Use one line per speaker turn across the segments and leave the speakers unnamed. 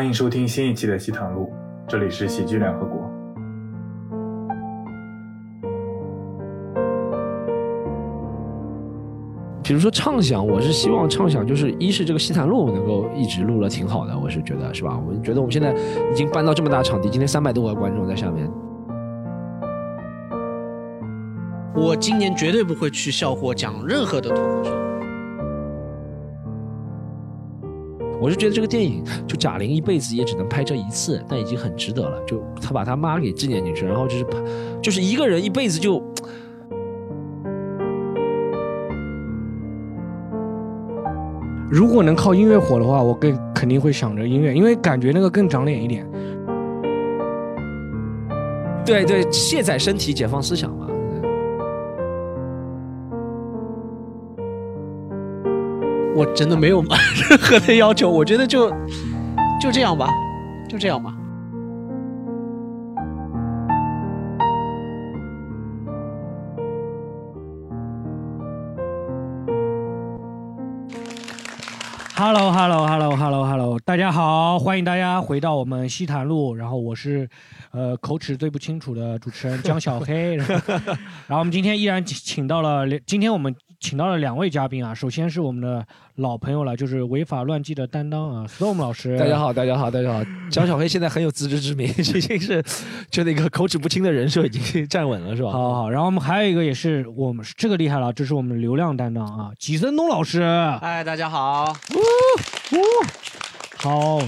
欢迎收听新一期的西塘路，这里是喜剧联合国。
比如说畅想，我是希望畅想就是一是这个西坦路能够一直录了挺好的，我是觉得是吧？我觉得我们现在已经搬到这么大场地，今天三百多个观众在下面，
我今年绝对不会去笑或讲任何的脱口秀。
我是觉得这个电影就贾玲一辈子也只能拍这一次，但已经很值得了。就她把她妈给纪念进去，然后就是拍，就是一个人一辈子就。
如果能靠音乐火的话，我更肯定会想着音乐，因为感觉那个更长脸一点。
对对，卸载身体，解放思想嘛。
我真的没有 任何的要求，我觉得就就这样吧，就这样吧。
h e l l o h e l l o h e l l o h e l l o h e l l o 大家好，欢迎大家回到我们西坛路，然后我是呃口齿最不清楚的主持人江小 黑，然后然后我们今天依然请请到了两，今天我们请到了两位嘉宾啊，首先是我们的老朋友了，就是违法乱纪的担当啊，Storm 老师，
大家好，大家好，大家好。江小黑现在很有自知之明， 已经是就那个口齿不清的人设已经站稳了，是吧？
好好好，然后我们还有一个也是我们这个厉害了，这是我们流量担当啊，吉森东老师。
嗨，大家好，
好，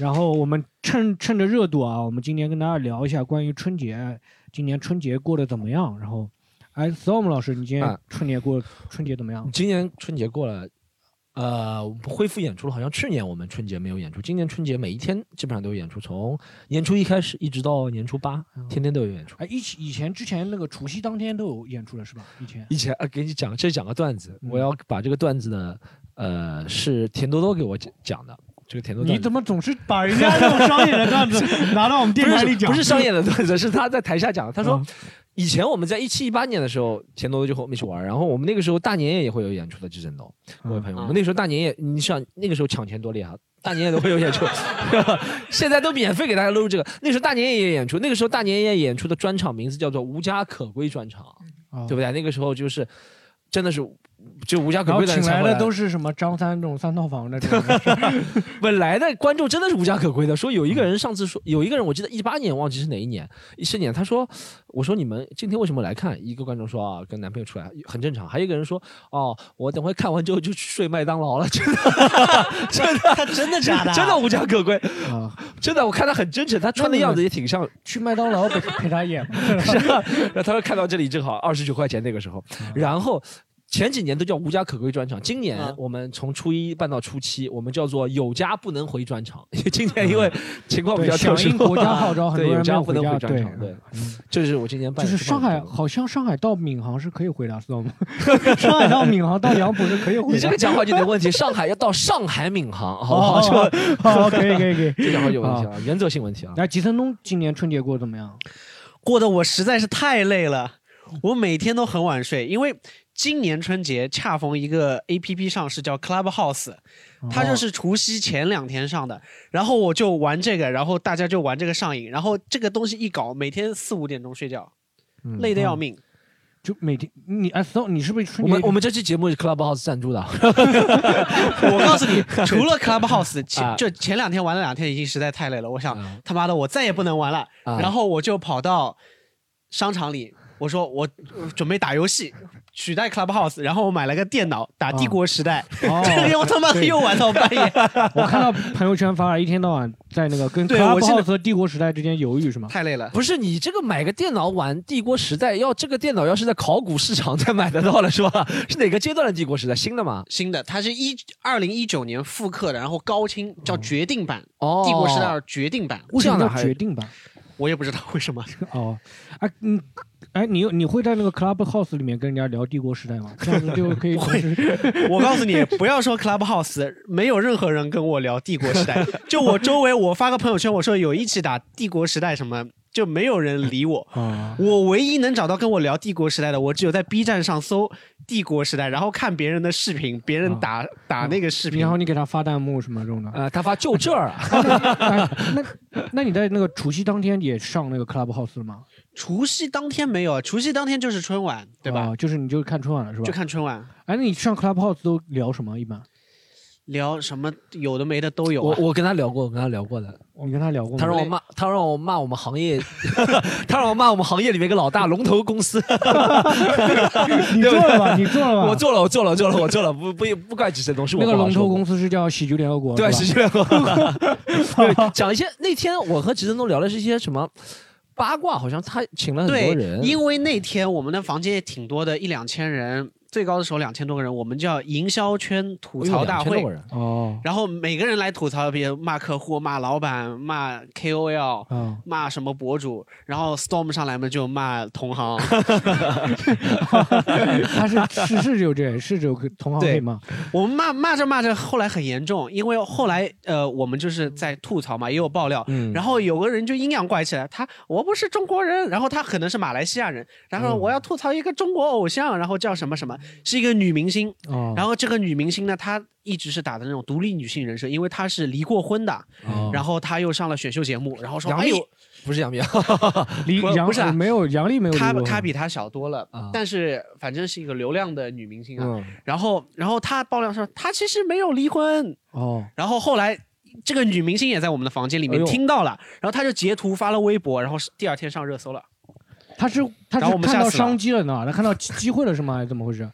然后我们趁趁着热度啊，我们今天跟大家聊一下关于春节，今年春节过得怎么样？然后，哎，Storm 老师，你今
啊
年春节过、春节怎么样？
今年春节过了，呃，恢复演出了。好像去年我们春节没有演出，今年春节每一天基本上都有演出，从年初一开始一直到年初八，天天都有演出。
哎，以前以前之前那个除夕当天都有演出了是吧？以前
以前啊，给你讲，这讲个段子，
嗯
我要把这个段子呢，呃，是田多多给我讲讲的。这个田多多
你怎么总是把人家这种商业的段 子拿到我们
不
电台里
是
讲？哦
不是商业的 段子， 是他在台下讲的。他说，以前我们在一七一八年的时候，钱多多就和我们一起玩，然后我们那个时候大年夜也会有演出的，至臻东，各
啊
位朋友，我们嗯那时候大年夜，你想那个时候抢钱多厉害。啊大年夜都会有演出， 现在都免费给大家录这个。那时候大年夜也演出，那个时候大年夜演出的专场名字叫做“无家可归专场”，
啊
对不对？那个时候就是真的是就无家可
然后
归的人
请
才
来
会
的
来
都是什 么张三这种三套房的这种人，
本来的观众真的是无家可归的，说有一个人上次说有一个人，我记得一八年忘记是哪一年，一四年，他说，我说你们今天为什么来看？一个观众说啊，跟男朋友出来很正常，还有一个人说哦，我等会看完之后就去睡麦当劳了，真的真的
他真的假的？
真的无家可归，
啊，
真的，我看他很真 诚，他穿的样子也挺像，
去麦当 劳陪陪他演嘛。
是吧 然后他说看到这里正好二十九块钱那个时候，
啊
然后。前几年都叫无家可归专场，今年
嗯
我们从初一办到初七，我们叫做有家不能回专场。 因为今年因为情况比
啊对，
较
响
特殊，
应国家号召，很
对
多
有
人没
家
有
不
回
能
家。
回专
对
场，，对，
嗯
这是我今年办
就
的
是
这么
上
一
海，
个活动。
好像上海到闵行是可以回答 storm，上海 到闵行到杨浦是可以回答。
你这个讲话就有点问题，上海要到上海闵行， 好不好？
哦
这
好，可以可以 可以。
这讲话有问题啊，原则性问题啊。
那吉森东今年春节过得怎么样？
过得我实在是太累了，我每天都很晚睡，因为今年春节恰逢一个 A P P 上市叫 Clubhouse，它就是除夕前两天上的，然后我就玩这个，然后大家就玩这个上瘾，然后这个东西一搞，每天四五点钟睡觉，
嗯
嗯
累得要命。
就每天你哎 storm，你是不是春
我
节哦
们我们这期节目是 Clubhouse 赞助的，
我告诉你，除 了 Clubhouse，
啊
前就前两天玩了两天，已经实在太累了。我想
啊
他妈的，我再也不能玩了。
啊
然后我就跑到商场里，我说我呃准备打游戏，取代 Clubhouse。然后我买了个电脑，打《帝国时代》
啊
哦，
这个我他妈的
对
又玩到半夜，
我看到朋友圈发了一天到晚在那个跟
对
Clubhouse
我现在
和帝国时代之间犹豫是吗？
太累了。
不是你这个买个电脑玩帝国时代，要这个电脑要是在考古市场才买得到了是吧？是哪个阶段的帝国时代？新的吗？
新的，它是一二零一九年复刻的，然后高清叫决定版，
哦，
帝国时代二》决定版，
为什么
这样的
叫
还
决定吧？
我也不知道为什么。
哦，哎嗯。哎，你你会在那个 Clubhouse 里面跟人家聊帝国时代吗？这样子就 可以
不会我告 诉你，不要说 Clubhouse，没有任何人跟我聊帝国时代。就我周围，我发个朋友圈，我说有一起打帝国时代什么就没有人理我。
嗯
啊，
我唯一能找到跟我聊帝国时代的，我只有在 B 站上搜帝国时代，然后看别人的视频，别
啊
人打、打那个视频，
然后你给他发弹幕什么这种的。
呃，他发就这儿啊，
哎那那你在那个除夕当天也上那个 Clubhouse 了吗？
除夕当天没有，啊，除夕当天就是春晚，对吧？
哦就是你就看春晚了是吧？
就看春晚，
哎，那你上 Clubhouse 都聊什么？一般
聊什么有的没的都有、
我
啊。
我跟他聊过，我跟他聊过的，
你跟他聊过吗？
他让我骂，他让我骂我们行业，他让我骂我们行业里面一个老大龙头公司，
你做了吧？你做了吧？
我做了，我做了，我做了，我做了，不不不怪只是东，是我
那个
不好
龙头
说
公司是叫喜剧联合国，
对，
是
是
吧
这样。对，讲一些那天我和吉振东聊的是一些什么八卦，好像他请了很多
对
人，，
因为那天我们的房间也挺多的，一两千人，最高的时候两千多个人，我们叫营销圈
哎
吐槽大
有2000
会
多。人
哦，
然后每个人来吐槽，比如骂客户、骂老板、骂 KOL、
嗯
啊，
骂什么博主，然后 Storm 上来嘛就骂 同行，
他是是是有这是有个同行
对
会吗？
我们骂骂着骂着，后来很严重，因为后来呃我们就是在吐槽嘛，也有爆料，
嗯，
然后有个人就阴阳怪气了，他我不是中国人，然后他可能是马来西亚人，然
嗯
后我要吐槽一个中国偶像，然后叫什么什么，是一个女明星，
哦，
然后这个女明星呢，她一直是打的那种独立女性人设，因为她是离过婚的，
哦
然后她又上了选秀节目，然后说
杨
哎
幂
呦，
不是杨幂，
离
不
杨
不是啊
没有杨丽没有
她
离过
她比她小多了
啊，
但是反正是一个流量的女明星啊，
嗯，
然后然后她爆料说她其实没有离婚，
哦
然后后来这个女明星也在我们的房间里
哎
面
呦
听到了，然后她就截图发了微博，然后是第二天上热搜了。
他是他
然后
是
我们
看到
吓死了
商机了呢，他看到机机会了是吗？还是怎么回事？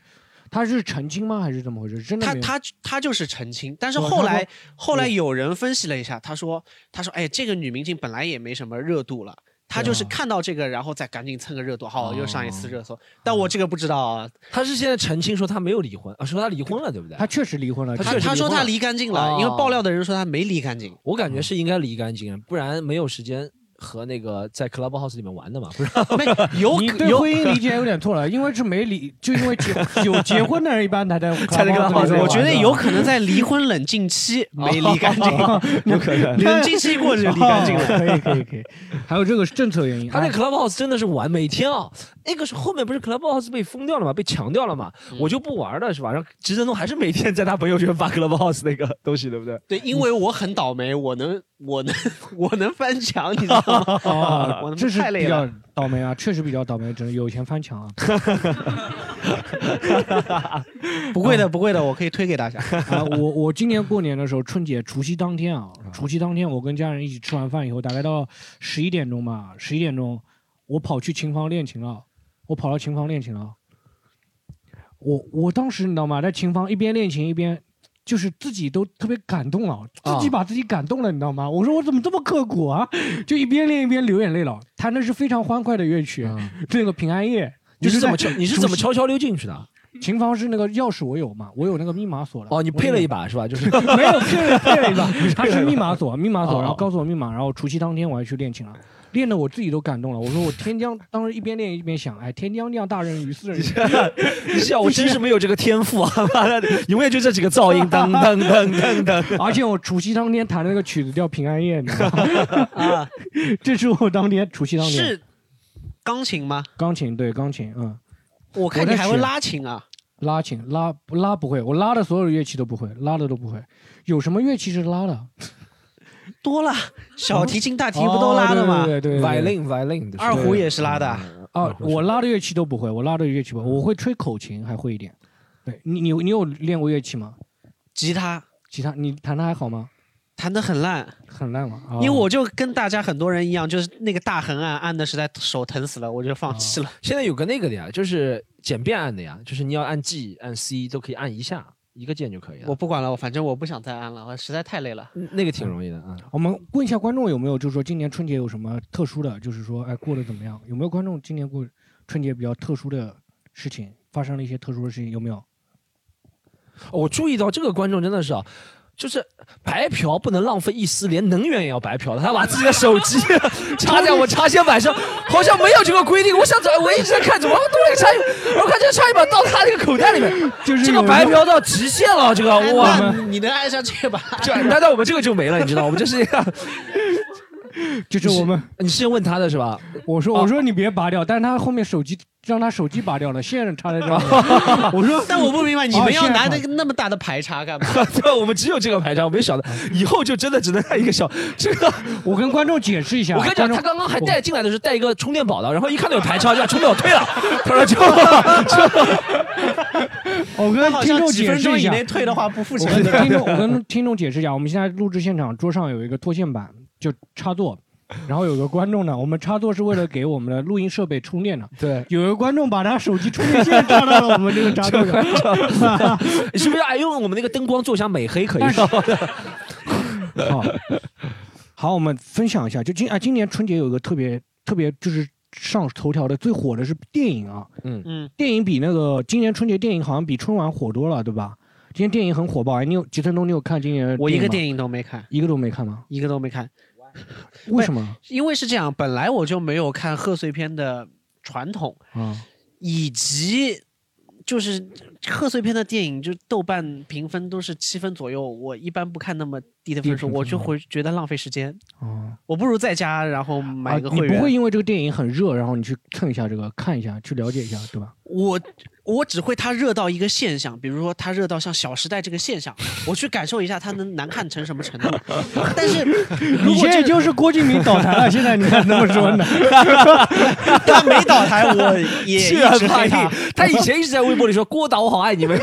他是澄清吗？还是怎么回事？真的
他
没有
他他就是澄清，但是
哇
后
他
来
说
后来有人分析了一下，他说他说哎，这个女明星本来也没什么热度了。她
对啊
就是看到这个，然后再赶紧蹭个热度，好，又上一次
哦
热搜。但我这个不知道啊，
他是现在澄清说他没有离婚，啊，说他离婚了，对不对？
他确实离婚了，
他
她
确实
她
离
说
婚
她
了
离干净了，因为
哦
爆料的人说她没离干净。
我感觉是应该离干净，不然没有时间和那个在 Clubhouse 里面玩的嘛，不是？
没有
你对
有
婚姻理 解有点错了，因为是没离，就因为结有结婚的人一般他 在
才能跟他
玩
好
这个
我
玩
觉得
的
有可能在离婚冷静期没离干 净，
有可能。
冷静期过就离干净了。
可以可以可以，还有这个是政策原因。
他那
哎
Clubhouse 真的是玩，每天啊，那个是后面不是 Clubhouse 被封掉了嘛，被强调了嘛，
嗯
我就不玩了是吧？然后吉振东还是每天在他朋友圈发 Clubhouse 那个东西，对 不对？
对，因为我很倒霉，我能我能我能翻墙，你知道 吗？ 我
哦，
他
这
妈
是
太
比
累
较
了。
倒霉啊，确实比较倒霉，真的有钱翻墙啊。
不会的，不会的，我可以推给大家。
嗯 啊，我我今年过年的时候，春节除夕当天啊，
嗯
除夕当天我跟家人一起吃完饭以后，大概到十一点钟吧，十一点钟我跑去琴房练琴了，我跑到琴房练琴了。我我当时你知道吗，在琴房一边练琴一边。就是自己都特别感动了，自己
啊
把自己感动了，你知道吗？我说我怎么这么刻苦啊？就一边练一边流眼泪了。弹的是非常欢快的乐曲，
嗯
那个《平安夜》。
你是怎么
在
悄？你是
除
怎么
夕
悄悄溜进去的？
琴房是那个钥匙我有嘛，我有那个密码锁的。
哦，你
我
配
有
了一把是吧？就是
没有配了配了 一把，他是密码锁，密码
哦
锁，然后告诉我密码，然后除夕当天我还去练琴了，练的我自己都感动了。我说我天将，当时一边练一边想，哎，天将降大任于斯人也。
你笑，我真是没有这个天赋啊！妈的，永远就这几个噪音，噔噔噔噔 噔。
而且我除夕当天弹的那个曲子叫《平安夜》，你知道吗？
啊，
这是我当天除夕当天
是钢琴吗？
钢琴，对钢琴，嗯，
我看
我在
你还会
学
拉琴啊！
拉琴拉拉不会，我拉的所有乐器都不会，拉的都不会。有什么乐器是拉的？
多了，小提琴、大提琴不都拉的
哦
吗？
对对对对对
violin violin 的是
二胡也是拉的。
嗯
啊，我拉的乐器都不会，我拉的乐器不会，我会吹口琴，还会一点。对你，你你有练过乐器吗？
吉他
其他你弹的还好吗？
弹得很烂，
很烂吗？啊
因为我就跟大家很多人一样，就是 那个大横按按的实在手疼死了，我就放弃了。
哦现在有个那个的呀，就是简便按的呀，就是你要按 G 按 C 都可以按一下，一个键就可以了。嗯
我不管了，我反正我不想再按了，我实在太累了。嗯
那个挺容易的啊。
我们问一下观众有没有，就是说今年春节有什么特殊的，就是说哎过得怎么样？有没有观众今年过春节比较特殊的事情，发生了一些特殊的事情，有没有？
哦我注意到这个观众真的是啊，就是白嫖不能浪费一丝，连能源也要白嫖的。他把自己的手机 插在我插线板上，好像没有这个规定。我想找，我一直在看怎么东西插，然后看这个插线板到他那个口袋里面，
就是
这个
有
白嫖到极限了。这个
哎
哇，
那你能按下去吧？
这但但我们这个就没了，你知道，我们这是一个。
就是我们，
你是问他的是吧？
我说
哦
我说你别拔掉，但是他后面手机让他手机拔掉了，线插在这 儿。我说，
但我不明白你们要拿那
个。
个那么大的排插干嘛？
对，我们只有这个排场，我没想到以后就真的只能带一个小这个。
我跟观众解释一下，
我跟你讲，
观众
他刚刚还带进来的是带一个充电宝的，然后一看到有排插，就把充电宝退了。他说就
我
那
跟
好
听
像
众
几
解
分
释
钟
一
以
下，
内退的话不付
我
钱
跟
的。
听众，我跟听众解释一下，我们现在录制现场桌上有一个拖线板，就插座，然后有个观众呢，我们插座是为了给我们的录音设备充电的。
对，
有一个观众把他手机充电线插到了我们这个插座上，
你是不是哎用我们那个灯光做一下美黑可以
但是
吗？
好， 好，我们分享一下，就今啊，今年春节有一个特别特别就是上头条的最火的是电影啊，
嗯，
嗯，
电影比那个今年春节电影好像比春晚火多了，对吧？今年电影很火爆，哎，你有吉森东，你有看今年？
我一个
影
电影都没看
吗，一个都没看吗？
一个都没看，
为 什么？
因为是这样，本来我就没有看贺岁片的传统，
啊，
以及就是贺岁片的电影，就豆瓣评分都是七分左右，我一般不看那么低的分
低
数，
评分
我就会觉得浪费时间，
哦，
我不如在家然后买一个
啊、你
会员。
不会因为这个电影很热，然后你去蹭一下这个，看一下，去了解一下，对 吧？
我我只会它热到一个现象，比如说它热到像《小时代》这个现象，我去感受一下它能难看成什么程度。但是
你
如果
现在
这个
就是郭敬明倒台了，现在你看这么说 呢？
他没倒台，我 也一
是啊，
直
他
黑他。
他以前一直在微博里说郭导我好爱你们，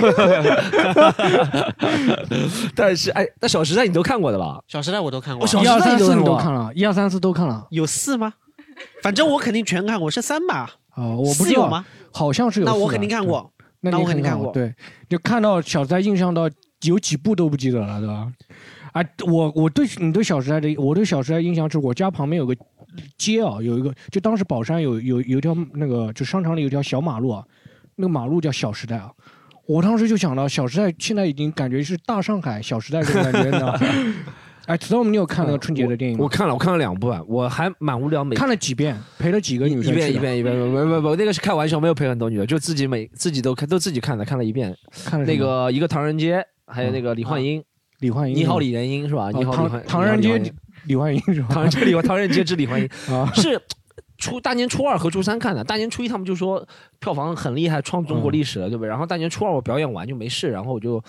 但是哎，那《小时代》你都看过的吧？
小时代》我都看过
我，小
一
时
二
代
三
你都
四
看
你都
过啊
看了，一二三四都看了。
有四吗？反正我肯定全看过，是三吧？
啊、我不
四
知
有
道，
吗？
好像是有。
那我肯定看，过。
那
那
你
我肯定看
过。
过
对，就看到小时代印象到有几部都不记得了，对吧？啊，我我对你对小时代的，我对小时代印象是我家旁边有个街啊，有一个就当时宝山有有有一条那个就商场里有一条小马路啊，那个马路叫小时代啊。我当时就想到小时代现在已经感觉是大上海小时代这种感觉呢。 哎，Storm，你有看那个春节的电影吗？
嗯我看了，我看了两部啊，我还蛮无聊，每
看了几遍，陪了几个女生
一遍
去
一
的
遍一遍，不不不不，那个是开玩笑，没有陪很多女的，就自己每自己都看，都自己看的，看了一遍。
看了什
那
么啊
个一个唐人街，还有那个李焕英，
李焕英是吧，
你好李元英是吧？
啊
你好李焕
唐唐人街
你好
李焕英是
李焕英唐
吧？
人街李焕唐人街之李焕英
啊，
是。初大年初二和初三看的，大年初一他们就说票房很厉害，创
嗯
中国历史了，对不对？然后大年初二我表演完就没事，然后我就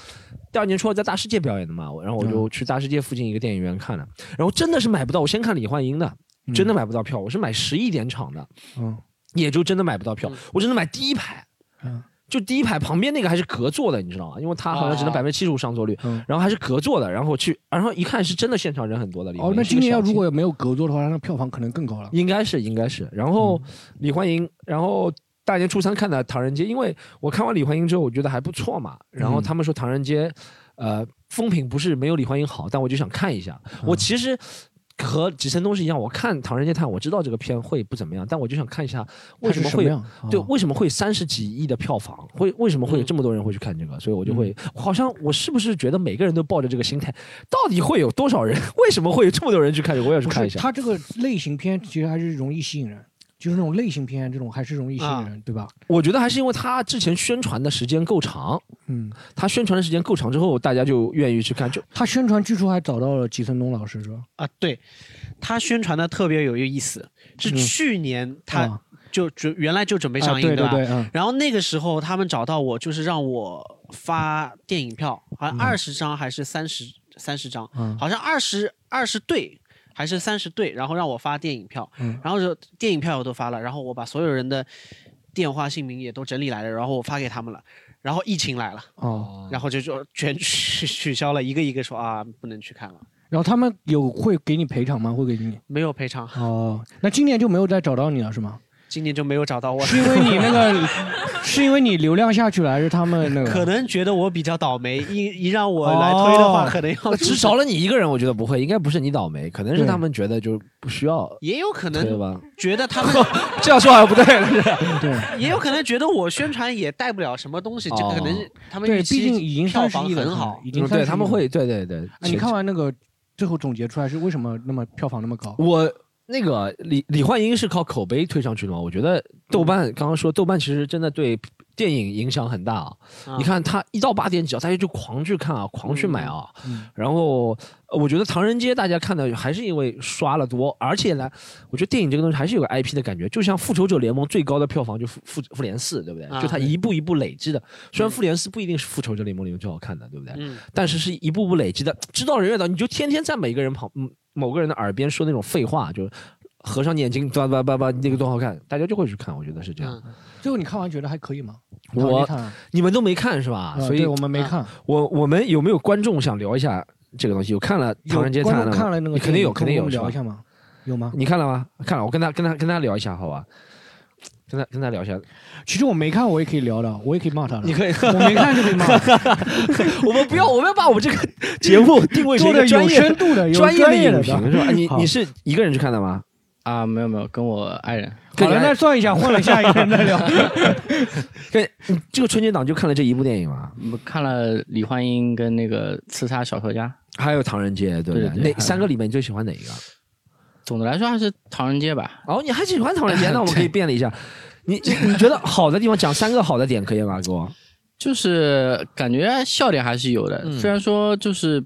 第二年初二在大世界表演的嘛，我然后我
嗯
就去大世界附近一个电影院看了，然后真的是买不到，我先看李焕英的，真的买不到票，我是买十一点场的，
嗯，
也就真的买不到票，
嗯
我只能买第一排，
嗯
就第一排旁边那个还是隔座的，你知道吗？因为它好像只能
啊
百分之七十五上座率，
嗯
然后还是隔座的，然后去，然后一看是真的现场人很多的。李焕
哦，
英
那
是
今
个
年
小
要如
厅
果没有隔座的话，那票房可能更高了。嗯
应该是应该是，然后李焕英，然后大年初三看的《唐人街》，因为我看完李焕英之后，我觉得还不错嘛，然后
嗯
他们说《唐人街》呃风评不是没有李焕英好，但我就想看一下，
嗯
我其实。和《寄生东》是一样，我看《唐人街探案》，我知道这个片会不怎么样，但我就想看一下为
它
什
是
么
什
会
样？
对，
啊嗯
为什么会三十几亿的票房？会为什么会有这么多人会去看这个？所以我就会，好像我是不是觉得每个人都抱着这个心态？到底会有多少人？为什么会有这么多人去看这个？我也要去
不
看一
是
下。
它这个类型片其实还是容易吸引人，就是那种类型片这种还是容易吸引人，对吧？
我觉得还是因为他之前宣传的时间够长，
嗯，
他宣传的时间够长之后，大家就愿意去看。就
他宣传据说还找到了吉森东老师是吧？
啊，对，他宣传的特别有意思，是
嗯
去年他
啊
就准原来就准备
啊
上映
对
吧？
对，嗯
然后那个时候他们找到我，就是让我发电影票，好像二十张还是三十三十张，
嗯
好像二十二十对还是三十对，然后让我发电影票，
嗯
然后就电影票我都发了，然后我把所有人的电话姓名也都整理来了，然后我发给他们了，然后疫情来了，
哦，
然后就就全取取消了，一个一个说啊不能去看了，
然后他们有会给你赔偿吗？会给你？
没有赔偿，
哦，那今年就没有再找到你了是吗？
今年就没有找到我。
是因为你那 个， 是因为你流量下去了，还是他们那个？
可能觉得我比较倒霉，一一让我来推的话，
哦
可能要
只找了你一个人，我觉得不会，应该不是你倒霉，可能是
对
他们觉得就不需要，
也有可
对
能
吧？
觉得他们
这样说好像不对了，是吧
对。
也有可能觉得我宣传也带不了什么东西，这
哦
可能是他们
对，
预期
毕竟已经
票
三十
房
亿了，
很好
已经
嗯对
30
他们
亿了
会，对对对。
啊你看完那个最后总结出来是为什么那么票房那么高？
我那个李李焕英是靠口碑推上去的嘛？我觉得豆瓣刚刚说豆瓣其实真的对电影影响很大啊。你看他一到八点几啊，大家就狂去看啊，狂去买啊。
嗯
然后呃我觉得《唐人街》大家看的还是因为刷了多，而且呢，我觉得电影这个东西还是有个 IP 的感觉，就像《复仇者联盟》最高的票房就复复复联四，对不对？
啊
就它一步一步累积的。虽然复联四不一定是《复仇者联盟》里面最好看的，对不对？
嗯
但是是一步步累积的。知道人越早，你就天天在每个人旁嗯某个人的耳边说那种废话，就是合上眼睛叭叭叭叭，那个多好看，大家就会去看。我觉得是这样。
嗯，
最后你看完觉得还可以吗？
我
没看啊，
你们都没看是吧？
呃
所以啊
对我们没看。
我我们有没有观众想聊一下这个东西？有看了《
有
唐人街探
观
案》
众
吗
看了那个电影，
肯定有，
跟
肯
我
定有
们
是吧
聊一下吗？有吗？
你看了吗？看了，我跟他跟他跟他跟他聊一下，好吧？跟他跟他聊一下，
其实我没看，我也可以聊的，我也可以骂他的。
可以。
我没看就可以骂，
我们不要，我们要把我们这个 节目定位成
做的
一个专
有
业
深度的，有
专业
专业
的影
的。
评是吧？哎你
好
你是一个人去看的吗？
啊，没有没有，跟我爱人，
跟
好
你
了，那
爱
算一下，换了下一个人再聊。
跟你这个春节档就看了这一部电影吗？
我看了李焕英跟那个《刺杀小说家》。
还有《唐人街》，对不
对对
哪
还有
三个里面你最喜欢哪一个？
总的来说还是《唐人街》吧。
哦，你还喜欢《唐人街》？那 我们可以变了一下。你你你觉得好的地方，讲三个好的点可以吗？给我。
就是感觉笑点还是有的，
嗯
虽然说就是，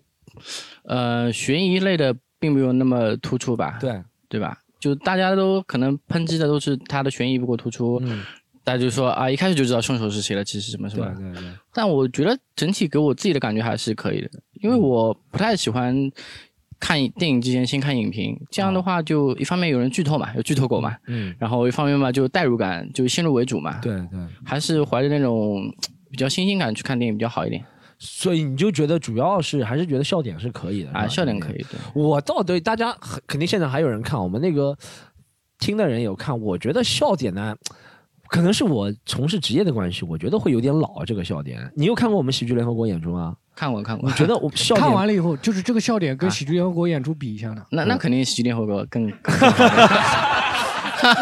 呃，悬疑类的并没有那么突出吧，
对，
对吧？就大家都可能抨击的都是他的悬疑不够突出，
嗯，
大家就说啊，一开始就知道凶手是谁了，其实什么什
对
么。
对对。
但我觉得整体给我自己的感觉还是可以的，因
嗯
为我不太喜欢看电影之前先看影评，这样的话就一方面有人剧透嘛，有剧透狗嘛，
嗯，
然后一方面嘛就代入感，就先入为主嘛，
对对，
还是怀着那种比较新鲜感去看电影比较好一点。
所以你就觉得主要是还是觉得笑点是可以的
啊，笑点可。
是吧
以，对，
我倒对大家很肯定现场还有人看，我们那个听的人有看，我觉得笑点呢。可能是我从事职业的关系，我觉得会有点老啊这个笑点。你有看过我们喜剧联合国演出吗？
看过看过。
你 觉得我笑点
看完了以后，就是这个笑点跟喜剧联合国演出比一下呢。
啊那那肯定喜剧联合国更更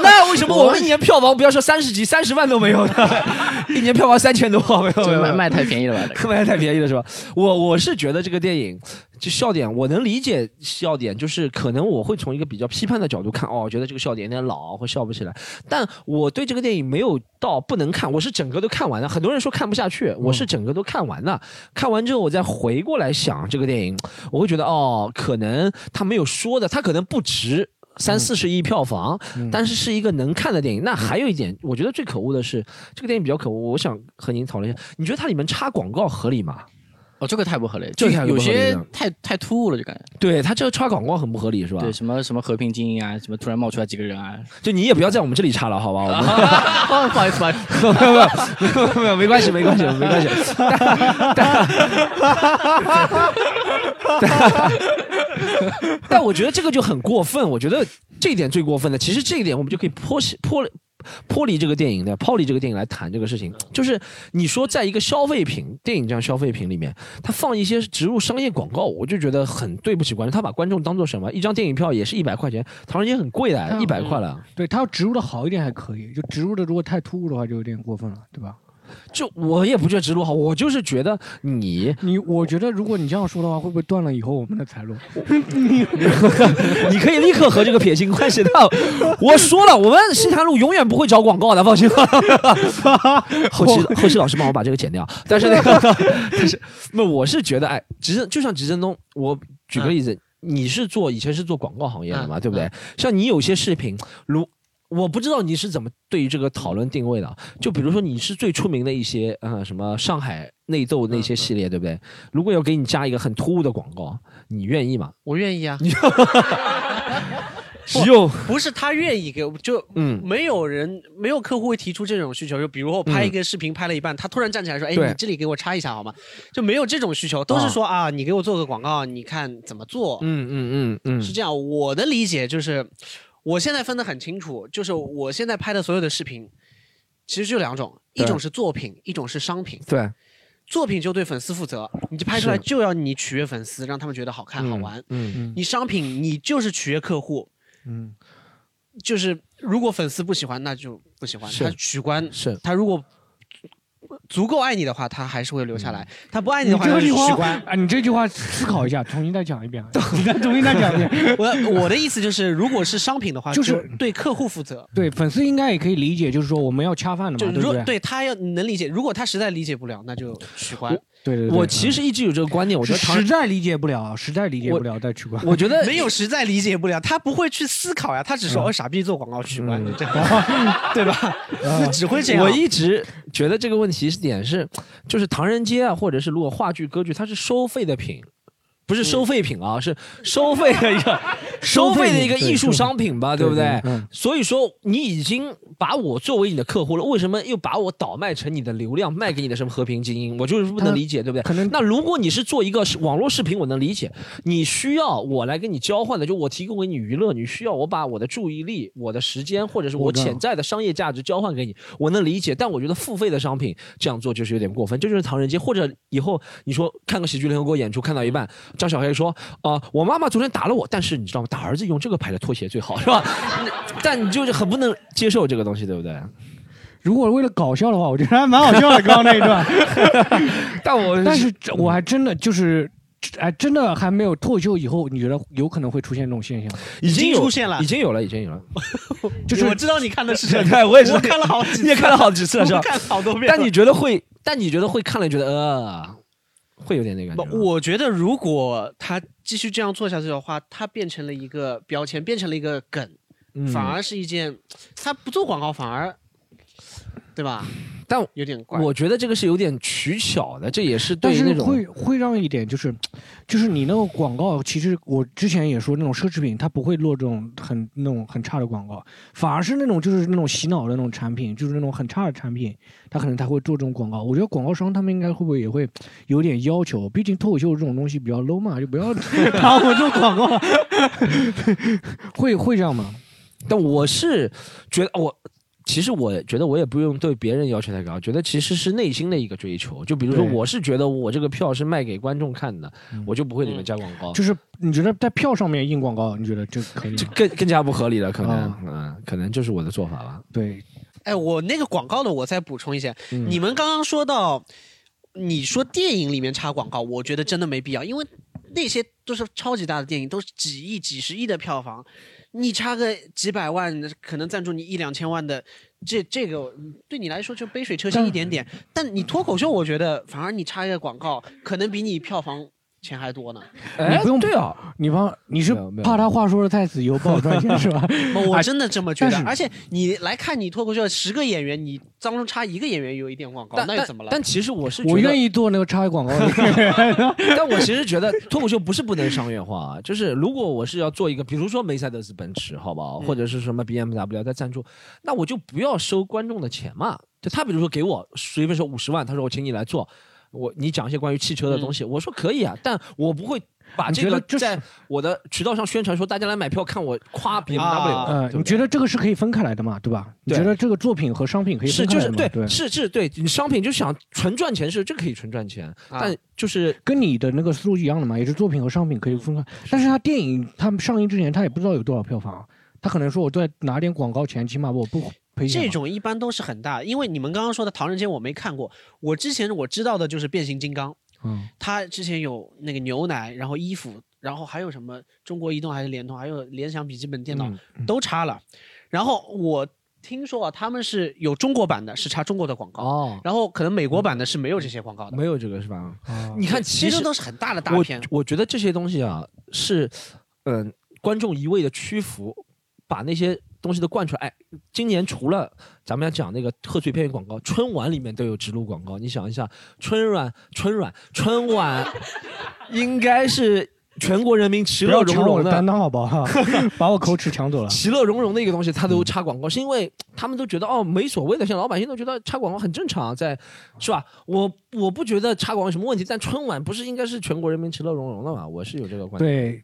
那为什么我们一年票房不要说三十集，三十万都没有呢？ 一年票房三千多，没有没
就
有没
卖
有
卖太便宜了吧？这个
可买太便宜了是吧？我我是觉得这个电影就笑点，我能理解笑点，就是可能我会从一个比较批判的角度看，哦，觉得这个笑点有点老，会笑不起来。但我对这个电影没有到不能看，我是整个都看完了。很多人说看不下去，我是整个都看完了。看完之后，我再回过来想这个电影，我会觉得哦，可能他没有说的，他可能不值。三四十亿票房，
嗯
但是是一个能看的电影。那还有一点，我觉得最可恶的是这个电影比较可恶。我想和您讨论一下，你觉得它里面插广告合理吗？
哦，这个太不合理，
这
就
个太不
有
合理
些
了
太太突兀了，就感觉
对他这个插广告很不合理，是吧？
对什么什么和平精英啊，什么突然冒出来几个人啊，
就你也不要在我们这里插了，好吧？我们
哦，不好意思，不好意思，
没有没有没关系，没关系，没关系。 但但但我觉得这个就很过分，我觉得这一点最过分的，其实这一点我们就可以剖析剖了。脱离这个电影的，抛离这个电影来谈这个事情，就是你说在一个消费品电影这样消费品里面，他放一些植入商业广告，我就觉得很对不起观众。他把观众当做什么？一张电影票也是一百块钱，唐人街很贵的，一百块了。
对他要植入的好一点还可以，就植入的如果太突兀的话就有点过分了，对吧？
就我也不觉得直路好，我就是觉得你
你我觉得如果你这样说的话，会不会断了以后我们的财路？
你可以立刻和这个撇清关系到。我说了，我们西坛路永远不会找广告 的，放心 吧。后期后期老师帮我把这个剪掉。 但是那个，但是那我是觉得，哎，执政就像执政东，我举个例子，你是做以前是做广告行业的嘛，
嗯
对不对？像你有些视频，如我不知道你是怎么对于这个讨论定位的啊，就比如说你是最出名的一些，嗯，什么上海内斗那些系列，对不对？如果要给你加一个很突兀的广告，你愿意吗？
我愿意啊，
只有
不是他愿意给，我，就
嗯，
没有人没有客户会提出这种需求。就比如我拍一个视频拍了一半，他突然站起来说：“哎，
嗯对哦
你这里给我插一下好吗？”就没有这种需求，都是说啊，你给我做个广告，你看怎么做。
嗯嗯嗯
是
嗯，
这样，我的理解就是，我现在分得很清楚，就是我现在拍的所有的视频，其实就两种，一
对
种是作品，一种是商品。
对，
作品就对粉丝负责，你就拍出来
是
就要你取悦粉丝，让他们觉得好看、好玩。
嗯，
嗯
你商品你就是取悦客户，
嗯，
就是如果粉丝不喜欢，那就不喜欢，
是
他取关。
是
他如果足够爱你的话，他还是会留下来；他不爱你
你
的话，
这句
取
话
关。
啊，你这句话思考一下，重新再讲一遍啊，你再重新再讲一遍。
我我的意思就是，如果是商品的话，
就是
对客户负责。
对，粉丝应该也可以理解，就是说我们要恰饭的
就
嘛，对
如
不
对
对？
他要你能理解，如果他实在理解不了，那就取关。
对对对，
我其实一直有这个观念，我
我
觉得唐
实在理解不了，实在理解
我
不了再取关。
我觉得
没有实在理解不了，他不会去思考呀，他只说哦傻逼做广告取关，
嗯
就这样， 对吧？那只会这样。
啊我一直觉得这个问题是点是，就是唐人街啊，或者是如果话剧、歌剧，它是收费的品，不是收废品啊，是收费的一个收费的一个艺术商品吧，对不对？
嗯
所以说，你已经把我作为你的客户了，为什么又把我倒卖成你的流量，卖给你的什么和平精英？我就是不能理解，对不对？
可能
那如果你是做一个是网络视频，我能理解，你需要我来跟你交换的，就我提供给你娱乐，你需要我把我的注意力、我的时间，或者是我
我知道
潜在的商业价值交换给你，我能理解。但我觉得付费的商品这样做就是有点过分，这就是唐人街。或者以后你说看个喜剧联合国演出，看到一半，张小黑说：“啊、我妈妈昨天打了我，但是你知道吗？打儿子用这个牌的拖鞋最好，是吧？” 但你就是很不能接受这个东西，对不对？
如果为了搞笑的话，我觉得还蛮好笑的，哦刚刚那一 段。
但我
但是这我还真的就是，哎，真的还没有脱口秀以后，你觉得有可能会出现这种现象吗？
已经
经
有
出现了
已经有了，已经有了。
就是
我知道你看的是这
对我也是
我看了好几次，
你也看了好几 次了，是吧
我？看了好多遍了。
但你觉得会？但你觉得会看了觉得呃，会有点那个感觉
不，
吗？
我觉得如果他继续这样做下去的话，他变成了一个标签，变成了一个梗，
嗯
反而是一件他不做广告反而，对吧？
但
有点怪。
我觉得这个是有点取巧的，这也是
但
对于
是
那种
会会让一点就是，就是你那个广告，其实我之前也说，那种奢侈品它不会落这种很那种很差的广告，反而是那种就是那种洗脑的那种产品，就是那种很差的产品，它可能才会做这种广告。我觉得广告商他们应该会不会也会有点要求，毕竟脱口秀这种东西比较 low 嘛，就不要 拿我做广告了。会会这样吗？
但我是觉得我。其实我觉得我也不用对别人要求太高，觉得其实是内心的一个追求。就比如说，
对嗯
我是觉得我这个票是卖给观众看的，我就不会里面加广告，
就是你觉得在票上面印广告，你觉得这可以吗？
就更更加不合理了。可能
啊，
嗯，可能就是我的做法吧。
对，
哎，我那个广告的，我再补充一下，
嗯
你们刚刚说到，你说电影里面插广告，我觉得真的没必要，因为那些都是超级大的电影，都是几亿、几十亿的票房，你插个几百万，可能赞助你一两千万的，这这个对你来说就杯水车薪一点点。但你脱口秀，我觉得反而你插一个广告，可能比你票房钱还多呢。
哎，
不用
对啊，
你怕你是
没有没有
怕他话说的太死，以后不好赚 钱是吧？
不我
啊
哎
真的这么觉得
但。是
而且你来看你脱口秀，十个演员，你当中插一个演员有一点广告，
但
那又怎
但
么了？
但其实我是
我
觉得啊
愿意做那个插广告的。
但我其实觉得脱口秀不是不能商业化啊，就是如果我是要做一个，比如说梅赛德斯奔驰，好不好，
嗯
或者是什么 BMW 在赞助，那我就不要收观众的钱嘛。就他比如说给我随便说五十万，他说我请你来做，我你讲一些关于汽车的东西，我说可以啊，但我不会。把
嗯你
这
觉
个
得这是
在我的渠道上宣传，说大家来买票看我夸 BMW，、
啊
呃，
对
你
不对
觉得这个是可以分开来的嘛？对吧？你
对
觉得这个作品和商品可以
是
分
就
开来
是
的嘛？
对
对，
是是对，你商品就想纯赚钱是这可以纯赚钱，
啊
但就是嗯
跟你的那个思路一样的嘛，也是作品和商品可以分开。但是他电影他们上映之前，他也不知道有多少票房，他可能说我再拿点广告钱，起码我不赔钱嘛。
这种一般都是很大，因为你们刚刚说的《唐人街》我没看过，我之前我知道的就是变形金刚，
嗯，
它之前有那个牛奶，然后衣服，然后还有什么中国移动还是联通，还有联想笔记本电脑、
嗯
都插了。然后我听说啊，他们是有中国版的，是插中国的广告，
哦，
然后可能美国版的是没有这些广告的。
没有这个是吧？
啊
你看，
其
其
实
实
都是很大的大片，
我。我觉得这些东西啊，是嗯、观众一味的屈服，把那些东西都灌出来。哎，今年除了咱们要讲那个贺岁片广告，春晚里面都有植入广告。你想一下，春晚、春晚、春晚， 应该是全国人民其
不
乐
要
融
抢我
融
的
的
担。当啊好不好？ 把我口齿抢走了。
其乐融融的一个东西，他都插广告，是因为他们都觉得哦没所谓的，像老百姓都觉得插广告很正常，啊在是吧？我我不觉得插广告有什么问题，但春晚不是应该是全国人民其乐融融的嘛？我是有这个观点。
对，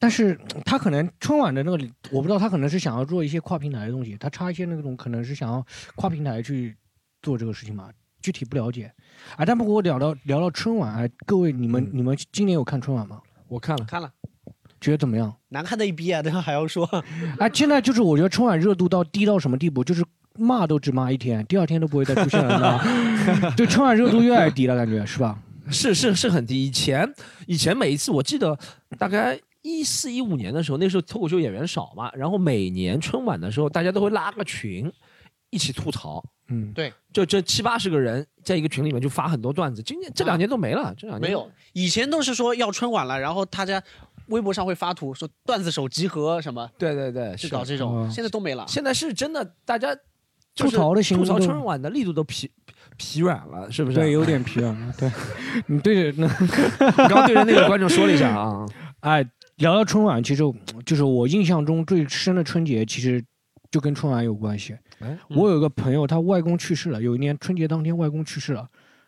但是他可能春晚的那个里，我不知道他可能是想要做一些跨平台的东西，他插一些那种可能是想要跨平台去做这个事情嘛，具体不了解。啊，但不过聊到聊到春晚，哎，各位你们、你们今年有看春晚吗？
我看了，
看了
觉得怎么样？
难看的一逼啊！这还要说，
哎，现在就是我觉得春晚热度到低到什么地步，就是骂都只骂一天，第二天都不会再出现了呢， 对春晚热度越来越低了，感觉是吧？
是是是很低。以前以前每一次，我记得大概一四一五年的时候，那时候脱口秀演员少嘛，然后每年春晚的时候，大家都会拉个群一起吐槽，
嗯，
对，
就这七八十个人在一个群里面就发很多段子。今年这两年都没了，这两年
没有，以前都是说要春晚了，然后大家微博上会发图说段子手集合什么，
对对对，
就是搞这种，
哦
现在都没了。
现在是真的，大家就是
吐槽的行为
吐槽
都
春晚的力度都疲疲软了，是不是？
对，有点 疲软 了。对，你嗯对着那
刚刚对着那个观众说了一下啊，
哎，聊到春晚，其实就是我印象中最深的春节，其实就跟春晚有关系。
哎
我有一个朋友，他外公去世了，有一年春节当天外公去世了，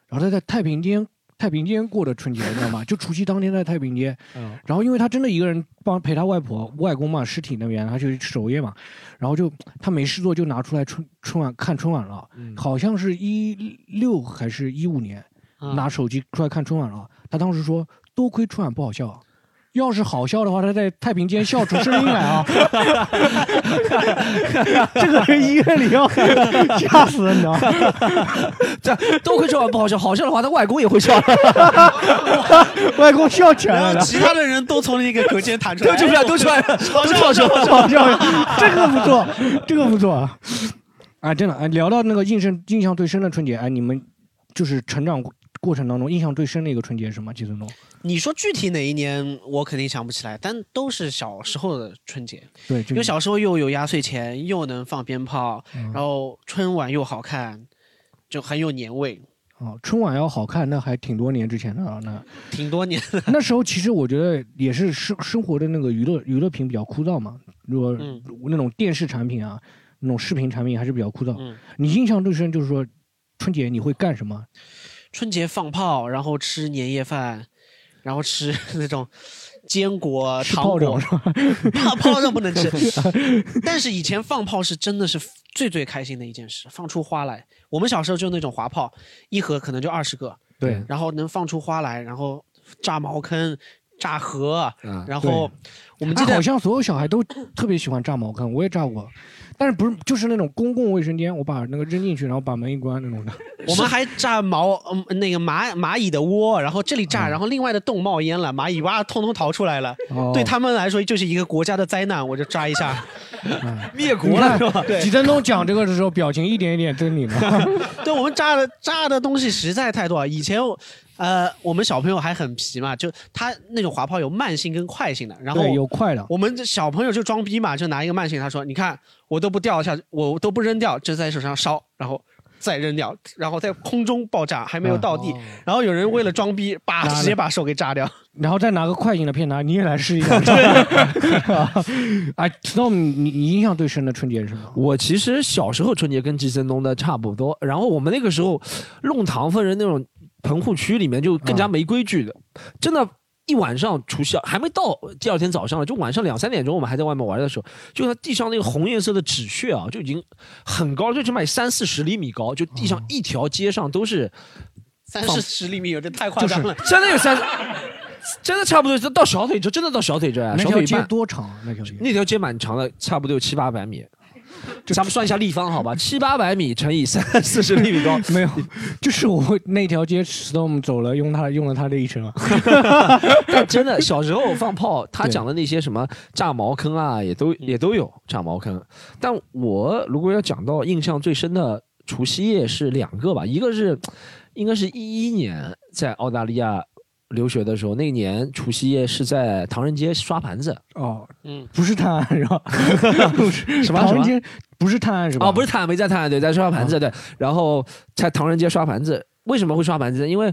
然后他在太平间太平间过的春节，你知道吗？就除夕当天在太平间，
嗯
然后因为他真的一个人帮陪他外婆外公嘛，尸体那边他去守夜嘛，然后就他没事做就拿出来春春晚看春晚了，好像是一六还是一五年。
嗯
拿手机出来看春晚了。他当时说，多亏春晚不好笑啊，要是好笑的话，他在太平间笑出声音来啊。 这 个人医院里要吓死啊人的。
这都会春晚不好笑，好笑的话他外公也会笑，
外公笑起来
然
了
后。 其他的人都从那个隔间 弹出
都
来，哎
出
啊
来都出来了，都跳出来了。
好笑， 这个不错，这个不错 啊！哎，真的，哎，聊到那个印象印象最深的春节，哎，你们就是成长过过程当中印象最深的一个春节是什么？季承东？
你说具体哪一年，我肯定想不起来，但都是小时候的春节，
对，就
因为小时候又有压岁钱，又能放鞭炮，
嗯
然后春晚又好看，就很有年味，
哦，春晚要好看，那还挺多年之前的了，那
挺多年。
那时候其实我觉得也是生生活的那个娱乐娱乐品比较枯燥嘛，如果
嗯
那种电视产品啊，那种视频产品还是比较枯燥。
嗯
你印象最深就是说，春节你会干什么？
春节放炮，然后吃年夜饭，然后吃那种坚果、
吃
糖
炮
果
仗，是吧？
炮炮仗不 能吃。但是以前放炮是真的是最最开心的一件事，放出花来。我们小时候就那种滑炮，一盒可能就二十个，
对
然后能放出花来，然后炸茅坑、炸河，
啊，
然后我们记
哎
得
好像所有小孩都特别喜欢炸茅坑，我也炸过，但是不是就是那种公共卫生间，我把那个扔进去，然后把门一关那 种的。
我们还炸毛嗯那个蚂蚂蚁的窝，然后这里炸，然后另外的洞冒烟了，蚂蚁哇通通逃出来了。
哦
对他们来说就是一个国家的灾难，我就炸一下。
灭
啊你
国
看
了是吧？，
几分钟讲这个的时候，表情一点一点狰狞的。
对我们炸的炸的东西实在太多了。啊以前我，呃，我们小朋友还很皮嘛，就他那种滑炮有慢性跟快性的，然后
对，有快的，
我们这小朋友就装逼嘛，就拿一个慢性，他说：“你看我都不掉下，我都不扔掉，就在手上烧，然后再扔掉，然后在空中爆炸，还没有到地。然后有人为了装逼，把
嗯拿了
直接把手给炸掉。
然后再拿个快进的片拿，你也来试一 下。对， 哎，Storm，你你印象最深的春节是什么？
我其实小时候春节跟季森东的差不多，然后我们那个时候弄堂分人那种棚户区里面就更
嗯
加没规矩的，真的。一晚上除夕还没到第二天早上了，就晚上两三点钟，我们还在外面玩的时候，就它地上那个红颜色的纸屑啊，就已经很高，最起码有三四十厘米高，就地上
哦
一条街上都是，
三十十厘米有点太夸张了，
真的有三，真的差不多就到小腿这，真的到小腿这啊，
那
小
条
腿一
街
半。
多长啊？那条街
那条街蛮长的，差不多有七八百米。咱们算一下立方好吧，七八百米乘以三四十厘米 高，
没有，就是我那条街 Storm 走了，用他用了他这一生啊。
但真的小时候放炮，他讲的那些什么炸茅坑啊，也都也都有炸茅坑。但我如果要讲到印象最深的除夕夜是两个吧，一个是应该是一一年在澳大利亚留学的时候，那年除夕夜是在唐人街刷盘子
哦，
嗯，
不是探案是 吧？
什么
唐人
什
街不是探案是吧？啊
哦，不是探没在探对，在刷盘子对，然后在唐人街刷盘子。为什么会刷盘子？因为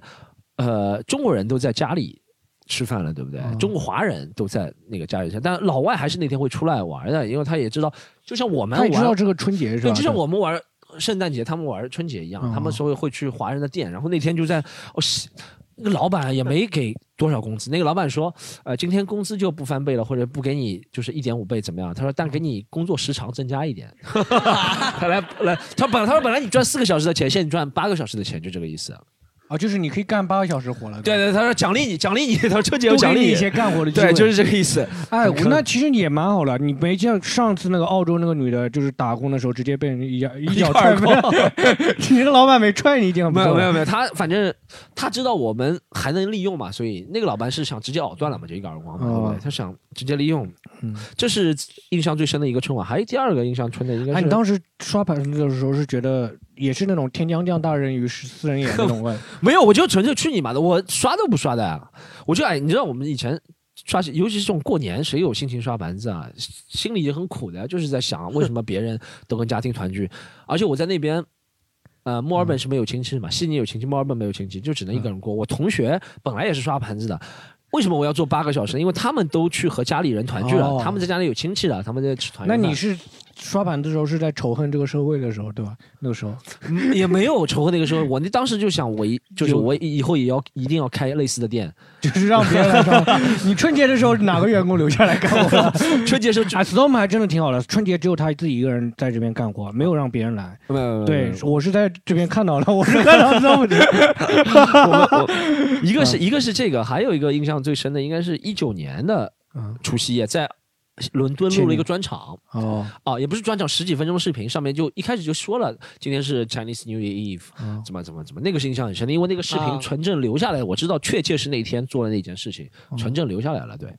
呃，中国人都在家里吃饭了，对不对？
哦
中国华人都在那个家里吃，但老外还是那天会出来玩的，因为他也知道，就像 我们
他也知道
玩，
这个春节是
对，
吧？
就像我们玩。圣诞节他们玩春节一样，
哦
他们所以会去华人的店，然后那天就在哦，西那个老板也没给多少工资，那个老板说，呃，今天工资就不翻倍了，或者不给你就是一点五倍怎么样？他说，但给你工作时长增加一点， 他来来，他本他说本来你赚四个小时的钱，现在你赚八个小时的钱，就这个意思。
啊，就是你可以干八个小时活了。
对对，他说奖励你，奖励你，他说春节
多
我
给
奖励
你一些干活的机会。
对，就是这个意思。
哎，
很
我
坑
那其实也蛮好了。你没像上次那个澳洲那个女的，就是打工的时候直接被人一 脚一脚踹飞， 你那个老板没踹你已经很不
没
错
有
了。
没有没有，他反正他知道我们还能利用嘛，所以那个老板是想直接咬断了嘛，就一个耳光嘛，对不
哦
对？他想直接利用
嗯，
这是印象最深的一个春晚。还有第二个印象春的应该
哎，
是
你当时刷盘子的时候是觉得也是那种天将降大任于斯斯人 也那种味，
没有，我就纯粹去你妈的，我刷都不刷的、啊，我就哎，你知道我们以前刷，尤其是这种过年，谁有心情刷盘子啊？心里也很苦的呀，就是在想为什么别人都跟家庭团聚，而且我在那边。呃，墨尔
嗯
本是没有亲戚嘛，悉尼有亲戚，墨尔本没有亲戚，就只能一个人过。我同学本来也是刷盘子的，为什么我要做八个小时？因为他们都去和家里人团聚了，
哦
他们在家里有亲戚了，他们在吃团
那
圆饭。
你是刷盘子的时候是在仇恨这个社会的时候，对吧？那个时候，
嗯也没有仇恨那个时候，我那当时就想，我一就是
有
我以以后也要一定要开类似的店，
就是让别人来刷。 你春节的时候哪个员工留下来干活？
春节时候
啊，Storm 还真的挺好的，春节只有他自己一个人在这边干活，没有让别人来。
没有没有，
对，我是在这边看到了，我 是看到 Storm 的。
我们我一个是
嗯
一个是这个，还有一个印象最深的应该是一九年的
嗯，
除夕夜，在伦敦录了一个专场
哦，
啊，也不是专场，十几分钟视频，上面就一开始就说了，今天是 Chinese New Year Eve，
哦
怎么怎么怎么，那个是印象很深的，因为那个视
啊
频纯正留下来，我知道确切是那天做了那件事情，
嗯
纯正留下来了。对，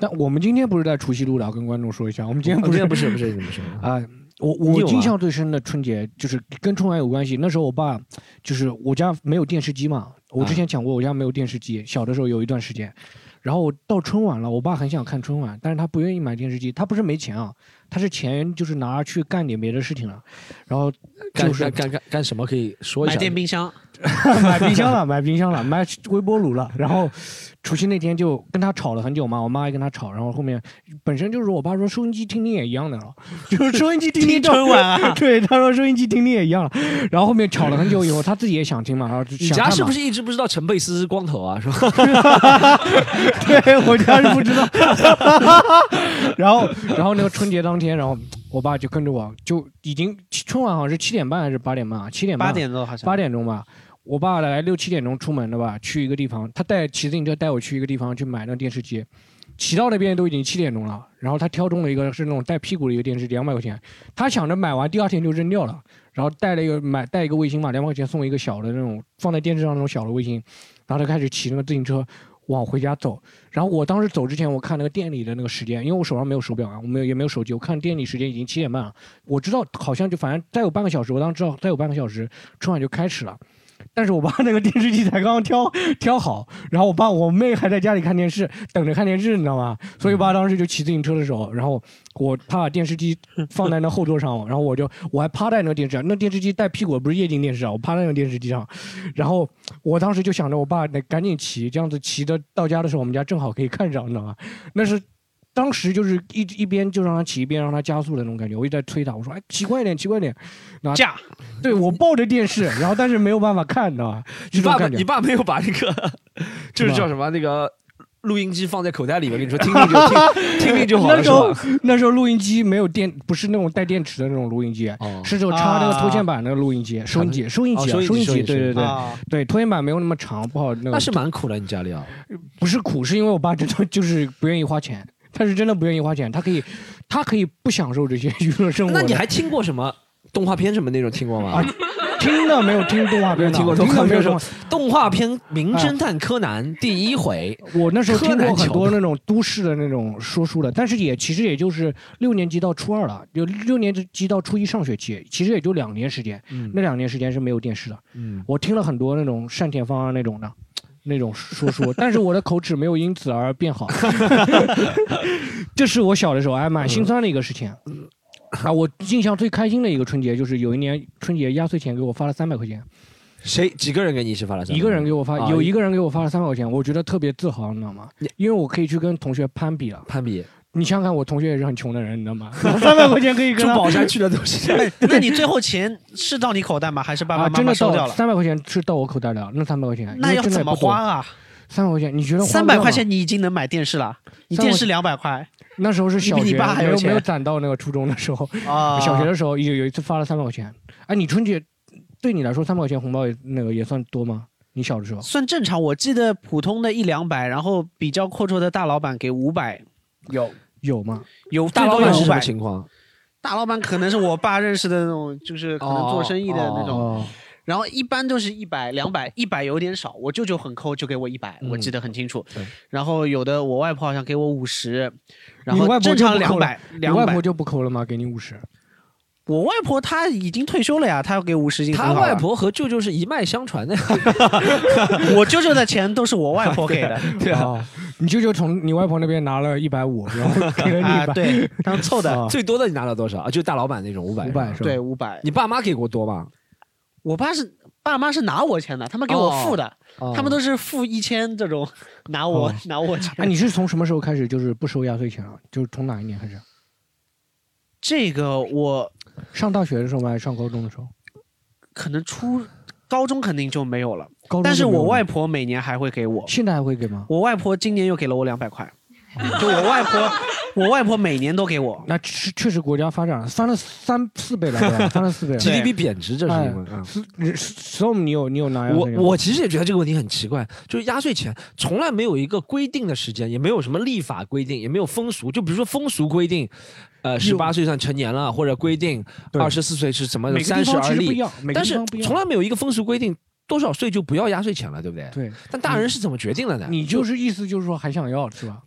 但我们今天不是在除夕录的啊，跟观众说一下，我们今天
不
不是
哦是不是不是不是，
啊，我
嗯你
我
有吗
印象最深的春节就是跟春晚有关系。那时候我爸就是我家没有电视机嘛，我
啊
之前讲过我家没有电视机，小的时候有一段时间。然后我到春晚了，我爸很想看春晚，但是他不愿意买电视机，他不是没钱啊，他是钱就是拿去干点别的事情了。然后
干
就是
干干干干什么可以说一
买
下？
电冰箱，
买冰箱了，买冰箱了，买微波炉了。然后除夕那天就跟他吵了很久嘛，我妈还跟他吵。然后后面本身就是我爸说收音机听听也一样的了， 就是收音机听
听
听照，
春晚 啊
对，他说收音机听听也一样了。然后后面吵了很久以后，他自己也想听嘛，然后就
你
想
家
看
是
嘛
不？是一直不知道陈佩斯是光头啊？是吧？
对我家是不知道。 然后，然后那个春节当天，然后我爸就跟着我，就已经春晚好像是七点半还是八点半啊？七点半
八。点多好像
八点钟吧，我爸大概六七点钟出门的吧，去一个地方，他带骑自行车带我去一个地方去买那电视机，骑到那边都已经七点钟了，然后他挑中了一个是那种带屁股的一个电视机，两百块钱，他想着买完第二天就扔掉了，然后带了一个买带一个卫星嘛，两百块钱送一个小的那种放在电视上那种小的卫星，然后他开始骑那个自行车。往回家走，然后我当时走之前，我看那个店里的那个时间，因为我手上没有手表啊，我没有也没有手机，我看店里时间已经七点半了，我知道好像就反正再有半个小时，我当时知道再有半个小时，春晚就开始了。但是我爸那个电视机才刚刚挑 挑好，然后我爸我妹还在家里看电视，等着看电视，你知道吗？所以我爸当时就骑自行车的时候，然后我他把电视机放在那后座上，然后我就我还趴在那个电视上，那电视机带屁股不是液晶电视啊，我趴在那个电视机上，然后我当时就想着我爸得赶紧骑，这样子骑的到家的时候，我们家正好可以看上，你知道吗？那是当时就是一一边就让他骑，一边让他加速的那种感觉，我一直在催他，我说哎骑快一点，骑快一点，然后
架
对我抱着电视，然后但是没有办法看，你知道吧？
你
这种
爸
感
你
觉。
爸没有把那 个就是是
吧
叫什么那个录音机放在口袋里面， 跟你说听听就听听听就好
那
了，
时
是
候
吧？
那时候录音机没有电，不是那种带电池的那种录音机，
哦
是只有插那个拖线板那个录音机，收音机，收音机啊，
哦
收
收
音
音机
机，对
收
对
音机
对
啊，
对，拖线板没有那么长，不好那
那
个
是蛮苦的，你家里啊，
不是苦，是因为我爸真的就是不愿意花钱，他是真的不愿意花钱，他可以他可以不享受这些娱乐生活的。
那你还听过什么动画片什么那种听过吗
啊？听的没有听动画片的，
听过
听的没有
动画片
动画
动画片《名侦探柯南》第一回，
哎我那时候听
柯
过
南
很
桥
多那
段
种都市的那种说书的，但是也其实也就是六年级到初二了，就六年级到初一上学期，其实也就两年时间。
嗯
那两年时间是没有电视的，
嗯，
我听了很多那种单田芳啊那种的。那种说书，但是我的口齿没有因此而变 好，这是我小的时候哎蛮心酸的一个事情。
嗯
啊，我印象最开心的一个春节就是有一年春节压岁钱给我发了三百块钱，
谁几个人给你一起发了？
一个人给我发，
啊
有一个人给我发了三百块钱，我觉得特别自豪，你知道吗
你？
因为我可以去跟同学攀比了。啊
攀比，
你想想看，我同学也是很穷的人，你知道 吗？三百块钱可以跟
住
他
宝山去的都 是这样。
哎那你最后钱是到你口袋吗？还是爸
啊，
爸妈
真
妈
的
收掉
到
了？
三百块钱是到我口袋的，那三百块钱
那要怎么花？啊？
三百块钱，你觉得花
三
不掉
百
吗
块？钱你已经能买电视了，你电视两百块
那时候是小
你比
学，
你爸还
没
有
有
钱
没有攒到那个初中的时候，
啊，
小学的时候啊有有一次发了三百块钱。哎，你春节对你来说三百块钱红包也那个也算多吗？你小的时候
算正常。我记得普通的一两百，然后比较阔绰的大老板给五百，有
有吗？
有
大老
最
板
多
是
有五
什么
百。
情况？
大老板可能是我爸认识的那种，就是可能做生意的那种。
哦，
然后一般都是一百、两百，一百有点少，我舅舅很抠，就给我一百、
嗯
我记得很清楚
对。
然后有的我外婆好像给我五十，然
你外
后
婆
正
就
常
不抠
两
了
百，
你
两
外
百
婆。就不抠了吗？给你五十，
我外婆她已经退休了呀，她要给五十已经很
他
好啊了
外，婆和舅舅是一脉相传 的呀。
我舅舅的钱都是我外婆 给的
对啊，
哦，你舅舅从你外婆那边拿了一百五，然 后 给了你
啊
一，百，
对，当凑的，
哦
最多的你拿了多少啊？就大老板那种五百。
五百是吧？
对，五百。
你爸妈给过多吗？
我爸是爸妈是拿我钱的，他们给我付的，他们
都
都是付一千这种，拿我、
哦哦
拿我钱。
哎，你是从什么时候开始就是不收压岁钱了？就是从哪一年开始？
这个我
上大学的时候吗？还是上高中的时候？
可能初高中肯定就没有了，
高中
但是
就没有
我
吗
外婆每年还会给我，
现在还会给吗？哦
我外婆今年又给了我两百块，就我外婆，我外婆每年都给我。
那确确实国家发展了，翻了三四倍了，对吧翻了四倍了。哎
对
GDP 贬值，这是因为。嗯
你 Storm，你有你有拿压
我
岁钱吗？
我其实也觉得这个问题很奇怪，就是压岁钱从来没有一个规定的时间，也没有什么立法规定，也没有风俗。就比如说风俗规定，呃，十八岁算成年了，或者规定
对
二十四岁是什么
每个地
三十
方
而
其实不一
立，
样，每个
但
地
是
方不一样
从来没有一个风俗规定多少岁就不要压岁钱了，对不对？
对
但大人是怎么决定的呢？
你就是意思就是说还想要是吧？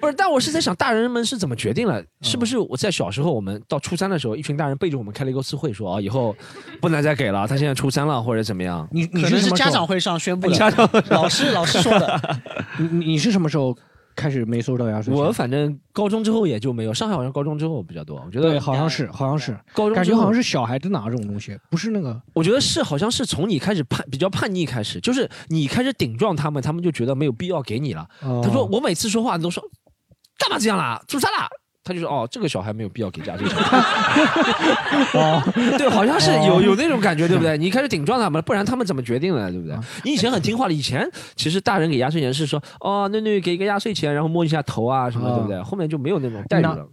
不是，但我是在想，大人们是怎么决定了？是不是我在小时候，我们到初三的时候，一群大人背着我们开了一个次会，说啊，以后不能再给了，他现在初三了，或者怎么样？
你你
可能
什
是
么时
家
候
长会上宣布
家
的，老师老师说的，
你你你是什么时候开始没收到压岁钱？
我反正高中之后也就没有，上海好像高中之后比较多。我觉
对，
得
好像是好像是，
高中
感
之
觉
后
好像是小孩子拿这种东西，不是那个
我觉得是好像是从你开始叛比较叛逆开始，就是你开始顶撞他们，他们就觉得没有必要给你了。
哦
他说我每次说话都说干嘛这样啦，初三啦。他就说哦，这个小孩没有必要给压岁钱，
哦
对，好像是有有那种感觉，对不对？你开始顶撞他们，不然他们怎么决定的，对不对
啊？
你以前很听话的，以前其实大人给压岁钱是说哦，囡囡给一个压岁钱，然后摸一下头啊什么，
啊
对不对？后面就没有那种待遇
那
了。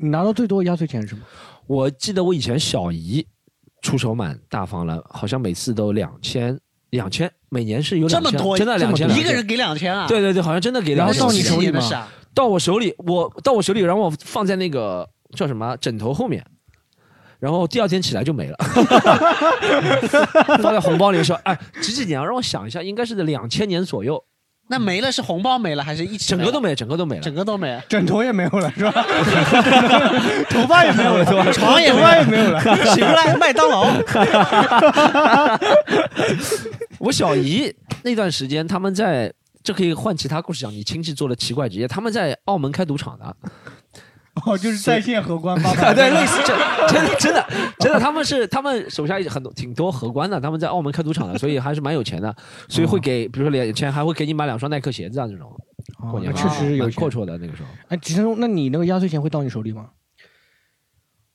你拿到最多的压岁钱是什么？
我记得我以前小姨出手蛮大方了，好像每次都两千两千，每年是有
这
两
么
千，
多，
真的两千，
一个
2000
人。给两千啊？
对对对，好像真的给
然
两
后
千。
到你手里
的
吗
是啊，
到我手里，我到我手里，然后我放在那个叫什么枕头后面，然后第二天起来就没了， 放在红包里说，哎，几几年啊？让我想一下，应该是在两千年左右，
那没了是红包没了还是一起
整个
没
都没，整个都没
了
了
整。个都 没了，
枕头也没有了是吧？头发也没有了是吧？
床也
头
没
发也
了，
没 有了。
醒来麦当劳，
我小姨那段时间，他们在这可以换其他故事讲，你亲戚做了奇怪职业，他们在澳门开赌场的。
哦，就是在线荷官八
啊，
百。
对，类似真真的真的真的，他们是他们手下很多挺多荷官的，他们在澳门开赌场的，所以还是蛮有钱的，所以会给，比如说两钱，还会给你买两双耐克鞋子啊这种。
哦
过年
那
嘛
确实有
蛮
钱
阔。绰的那个时候。
哎，吉成，那你那个压岁钱会到你手里吗？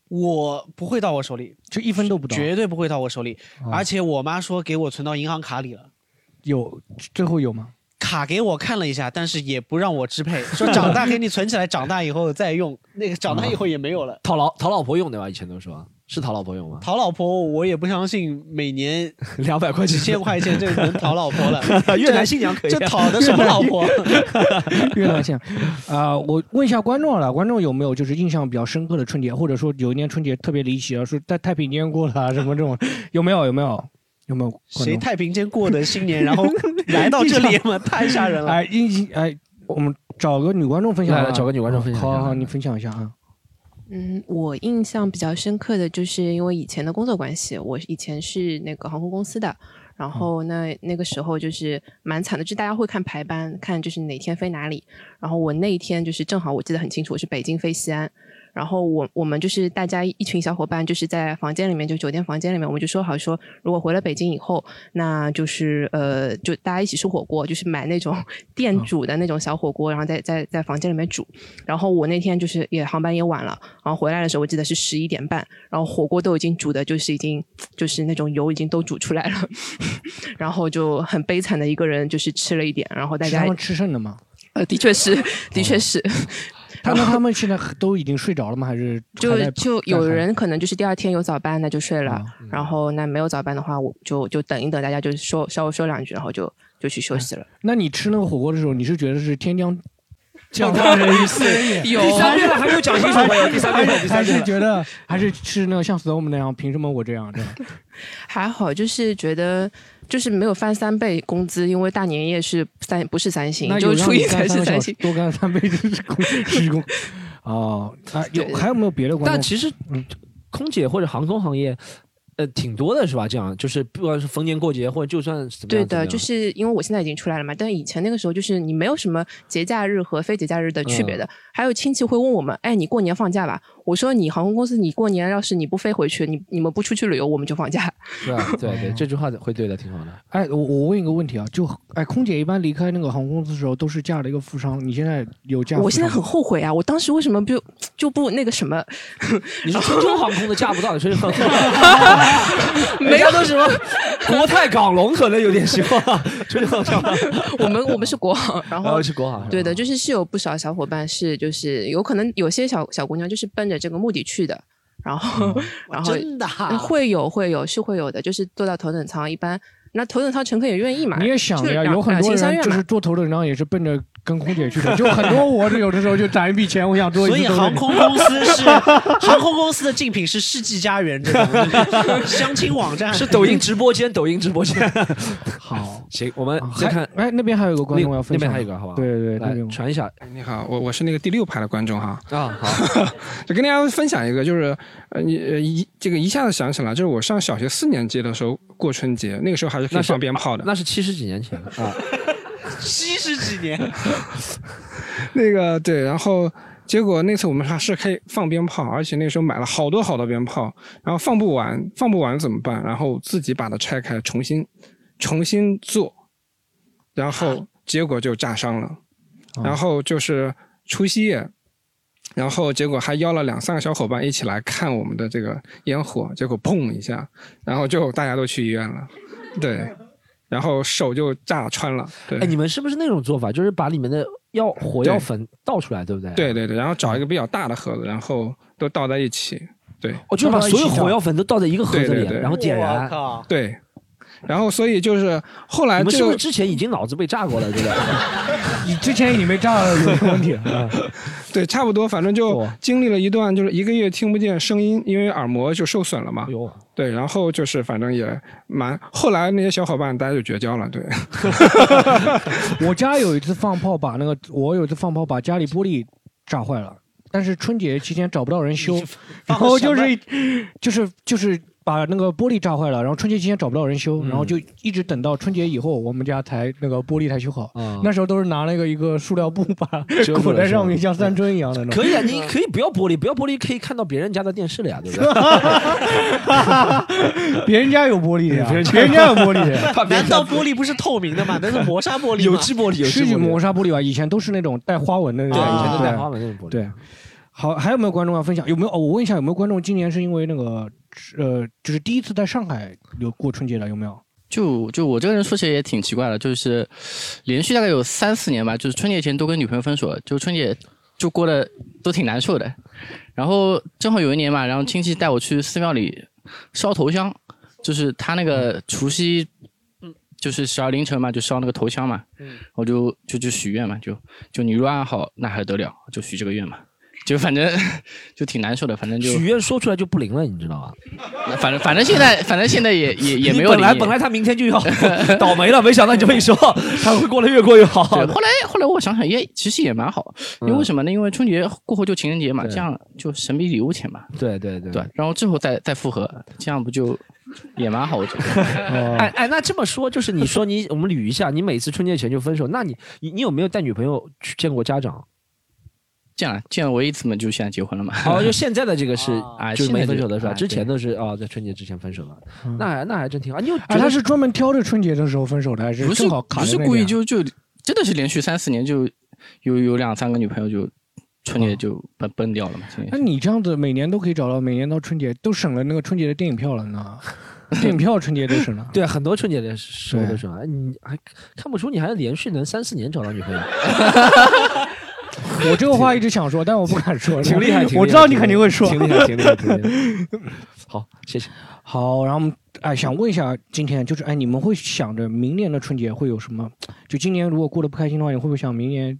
我不会到我手里，
就一分都不到，
绝对不会到我手里，
哦
而且我妈说给我存到银行卡里了。
有最后有吗？
卡给我看了一下，但是也不让我支配，说长大给你存起来，长大以后再用。那个长大以后也没有了。
讨老讨老婆用对吧？以前都说是讨老婆用吗？
讨老婆，我也不相信每年
两百块
几千块钱就能讨老婆了。
越南新娘可以啊
这讨的什么老 婆？
越南线，啊、我问一下观众了，观众有没有就是印象比较深刻的春节，或者说有一年春节特别离奇啊，说在太平间过了啊，什么这种，有没有？有没有？有没有？观
谁
众？
太平间过的新年，然后来到这里 嘛，太吓人 了。
哎，印哎，我们找个女观众分享、啊，
来来找个女观众分享一
好
下
好好，你分享一下啊。
嗯，我印象比较深刻的就是因为以前的工作关系，我以前是那个航空公司的，然后那那个时候就是蛮惨的，就是大家会看排班，看就是哪天飞哪里。然后我那一天就是正好我记得很清楚，我是北京飞西安。然后我我们就是大家一群小伙伴，就是在房间里面，就酒店房间里面，我们就说好说，如果回了北京以后，那就是呃，就大家一起吃火锅，就是买那种店煮的那种小火锅，然后在在在房间里面煮。然后我那天就是也航班也晚了，然后回来的时候我记得是十一点半，然后火锅都已经煮的，就是已经就是那种油已经都煮出来了，然后就很悲惨的一个人就是吃了一点，然后大
是
家
他们吃剩的吗？
呃，的确是，的确是。
他那他们现在都已经睡着了吗？还是还
就
在
就有人可能就是第二天有早班，那就睡了；
啊
然后那没有早班的话，我就就等一等，大家就说稍微说两句，然后就就去休息了。
那你吃那个火锅的时候，你是觉得是天将降大任于斯人也？
有啊
第三遍了还没有讲清楚没有？第三遍了，第
还
三
是
遍了。
觉得还是是那个像 storm 那样，凭什么我这样？这样
还好，就是觉得就是没有翻三倍工资，因为大年夜是三不是三星，
那
就
有
是初
让
一
你
才
干
是
三个小
三
时
星。
多干三杯就是 工是 工。哦，啊，有
对
还有没有别的
但
观众？
其实
嗯
空姐或者航空行业，呃，挺多的是吧？这样就是不管是逢年过节，或者就算是怎么
对
样怎么
的，
样
就是因为我现在已经出来了嘛，但以前那个时候就是你没有什么节假日和非节假日的区
嗯
别的。还有亲戚会问我们，哎，你过年放假吧？我说你航空公司，你过年要是你不飞回去，你你们不出去旅游，我们就放假。
是吧？对
嗯
对，这句话会对的，挺好的。
哎，我我问一个问题啊，就哎，空姐一般离开那个航空公司的时候都是嫁了一个富商，你现在有嫁？
我现在很后悔啊，我当时为什么不就不那个什么？
你是春秋航空的嫁 不到，你说是很
没有
都 什么国泰港龙可能有点希望，春秋 航空，
我们我们是国航，然
然
后
后哦是国航，
对
嗯
的，就是是有不少小伙伴是就是有可能有些小小姑娘就是奔着这个目的去的，然后、
嗯
然后
真的啊、
嗯会有会有是会有的，就是坐到头等舱一般，那头等舱乘客也愿意嘛，
你也想
就
着
是
呀，
两
有很
两
多
情相
人
悦
就是
嘛。
做头等舱也是奔着跟空姐去的， 就很多我有的时候就攒一笔钱，我想做一
所
次
以
头等
航空公司是 航空公司的竞品是世纪佳缘这种相亲网站，
是抖音 直播间，抖音直播间。
好。
行，我们
啊
再看
还哎，那边还有一个观
那
众要
个
分
那
享，
边还有一个，好吧？
对对对，那
来
边
传一下
你好，我我是那个第六排的观众哈，
啊，好，
就跟大家分享一个，就是呃你呃一这个一下子想起来，就是我上小学四年级的时候过春节，那个时候还是可
那
以
是
放鞭炮的。
那是七十几年前啊，
七十几年，
那个对，然后结果那次我们还是可以放鞭炮，而且那时候买了好多好多鞭炮，然后放不完，放不完怎么办？然后自己把它拆开，重新重新做，然后结果就炸伤了。
啊
然后就是除夕夜，然后结果还邀了两三个小伙伴一起来看我们的这个烟火，结果砰一下，然后就大家都去医院了，对，然后手就炸穿了，对。
哎，你们是不是那种做法，就是把里面的药火药
对
粉倒出来，对不对？
对，对对，然后找一
嗯
个比较大的盒子，然后都倒在一起。对
我哦就是把
倒到一
所有
起
火
炸
药粉都倒在一个盒
对
子
对
里，
对
然后点燃
我。靠，
对，然后所以就是后来
你们是
这
不是
个
之前已经脑子被炸过了？对不对？
你之前你没炸了有问题啊？
对差不多，反正就
哇
经历了一段就是一个月听不见声音，因为耳膜就受损了嘛
哎。呦，
对，然后就是反正也蛮后来那些小伙伴大家就绝交了。对，
我家有一次放炮，把那个我有一次放炮把家里玻璃炸坏了，但是春节期间找不到人 修，然后就是就是就是把那个玻璃炸坏了，然后春节期间找不到人修，然后就一直等到春节以后，我们家才那个玻璃才修好。
啊
那时候都是拿那个一个塑料布 把它
遮住
裹
了
在
是吧
上面，像山村一样的那种。
可以啊，你可以不要玻璃，不要玻璃可以看到别人家的电视了呀，对不对？
别人家有玻璃的呀， 别人家有玻璃的 呀。
难道玻璃不是透明的吗？那是磨砂玻璃吗，
有机玻璃，有机
是
玻璃
磨，砂玻璃吧？以前都是那种带花纹的那
对，
种，
以前
啊
都带花纹那种玻璃。
对好，还有没有观众要分享？有没有？哦，我问一下，有没有观众今年是因为那个呃，就是第一次在上海有过春节的？有没有？
就就我这个人说起来也挺奇怪的，就是连续大概有三四年吧，就是春节前都跟女朋友分手了，就春节就过得都挺难受的。然后正好有一年嘛，然后亲戚带我去寺庙里烧头香，就是他那个除夕，就是十二凌晨嘛，就烧那个头香嘛，
嗯
我就就就许愿嘛，就就你若安好，那还得了，就许这个愿嘛。就反正就挺难受的，反正就
许愿说出来就不灵了，你知道吧？
反正反正现在反正现在也也也
你
没有
本来
理
本来他明 天就要倒霉了，没想到你这么一说，
哦
他会过得越过越好。
对，后来后来我想想也其实也蛮好，因为
嗯
为什么呢？因为春节过后就情人节嘛，
对
这样就神笔礼物钱嘛，
对对对
对，然后最后再再复合，这样不就也蛮好？我觉得
哎哎，那这么说就是你说你我们捋一下，你每次春节前就分手，那你你你有没有带女朋友去见过家长？
这样这样我一次嘛就现在结婚了嘛。
哦，就现在的这个是
啊
就是没分手的是吧？
啊
之前
对
都是哦，在春节之前分手了，那还那还真挺好。你有
啊，他是专门挑着春节的时候分手的，还是
不是
正好卡
不
在
是
那
故意
点
就就真的是连续三四年就有有两三个女朋友就春节就奔奔掉了嘛，春
那
节
哎你这样子每年都可以找到，每年到春节都省了那个春节的电影票了 呢，电影票春节都省了。
对很多春节的时候
对
都 是吧？哎你还看不出你还连续能三四年找到女朋友，
我这个话一直想说，但我不敢说。
挺厉害，挺厉害
我知道你肯定会说。
挺厉害，挺厉害，挺厉 害。好，谢谢。
好，然后我们哎，想问一下，今天就是哎，你们会想着明年的春节会有什么？就今年如果过得不开心的话，你会不会想明年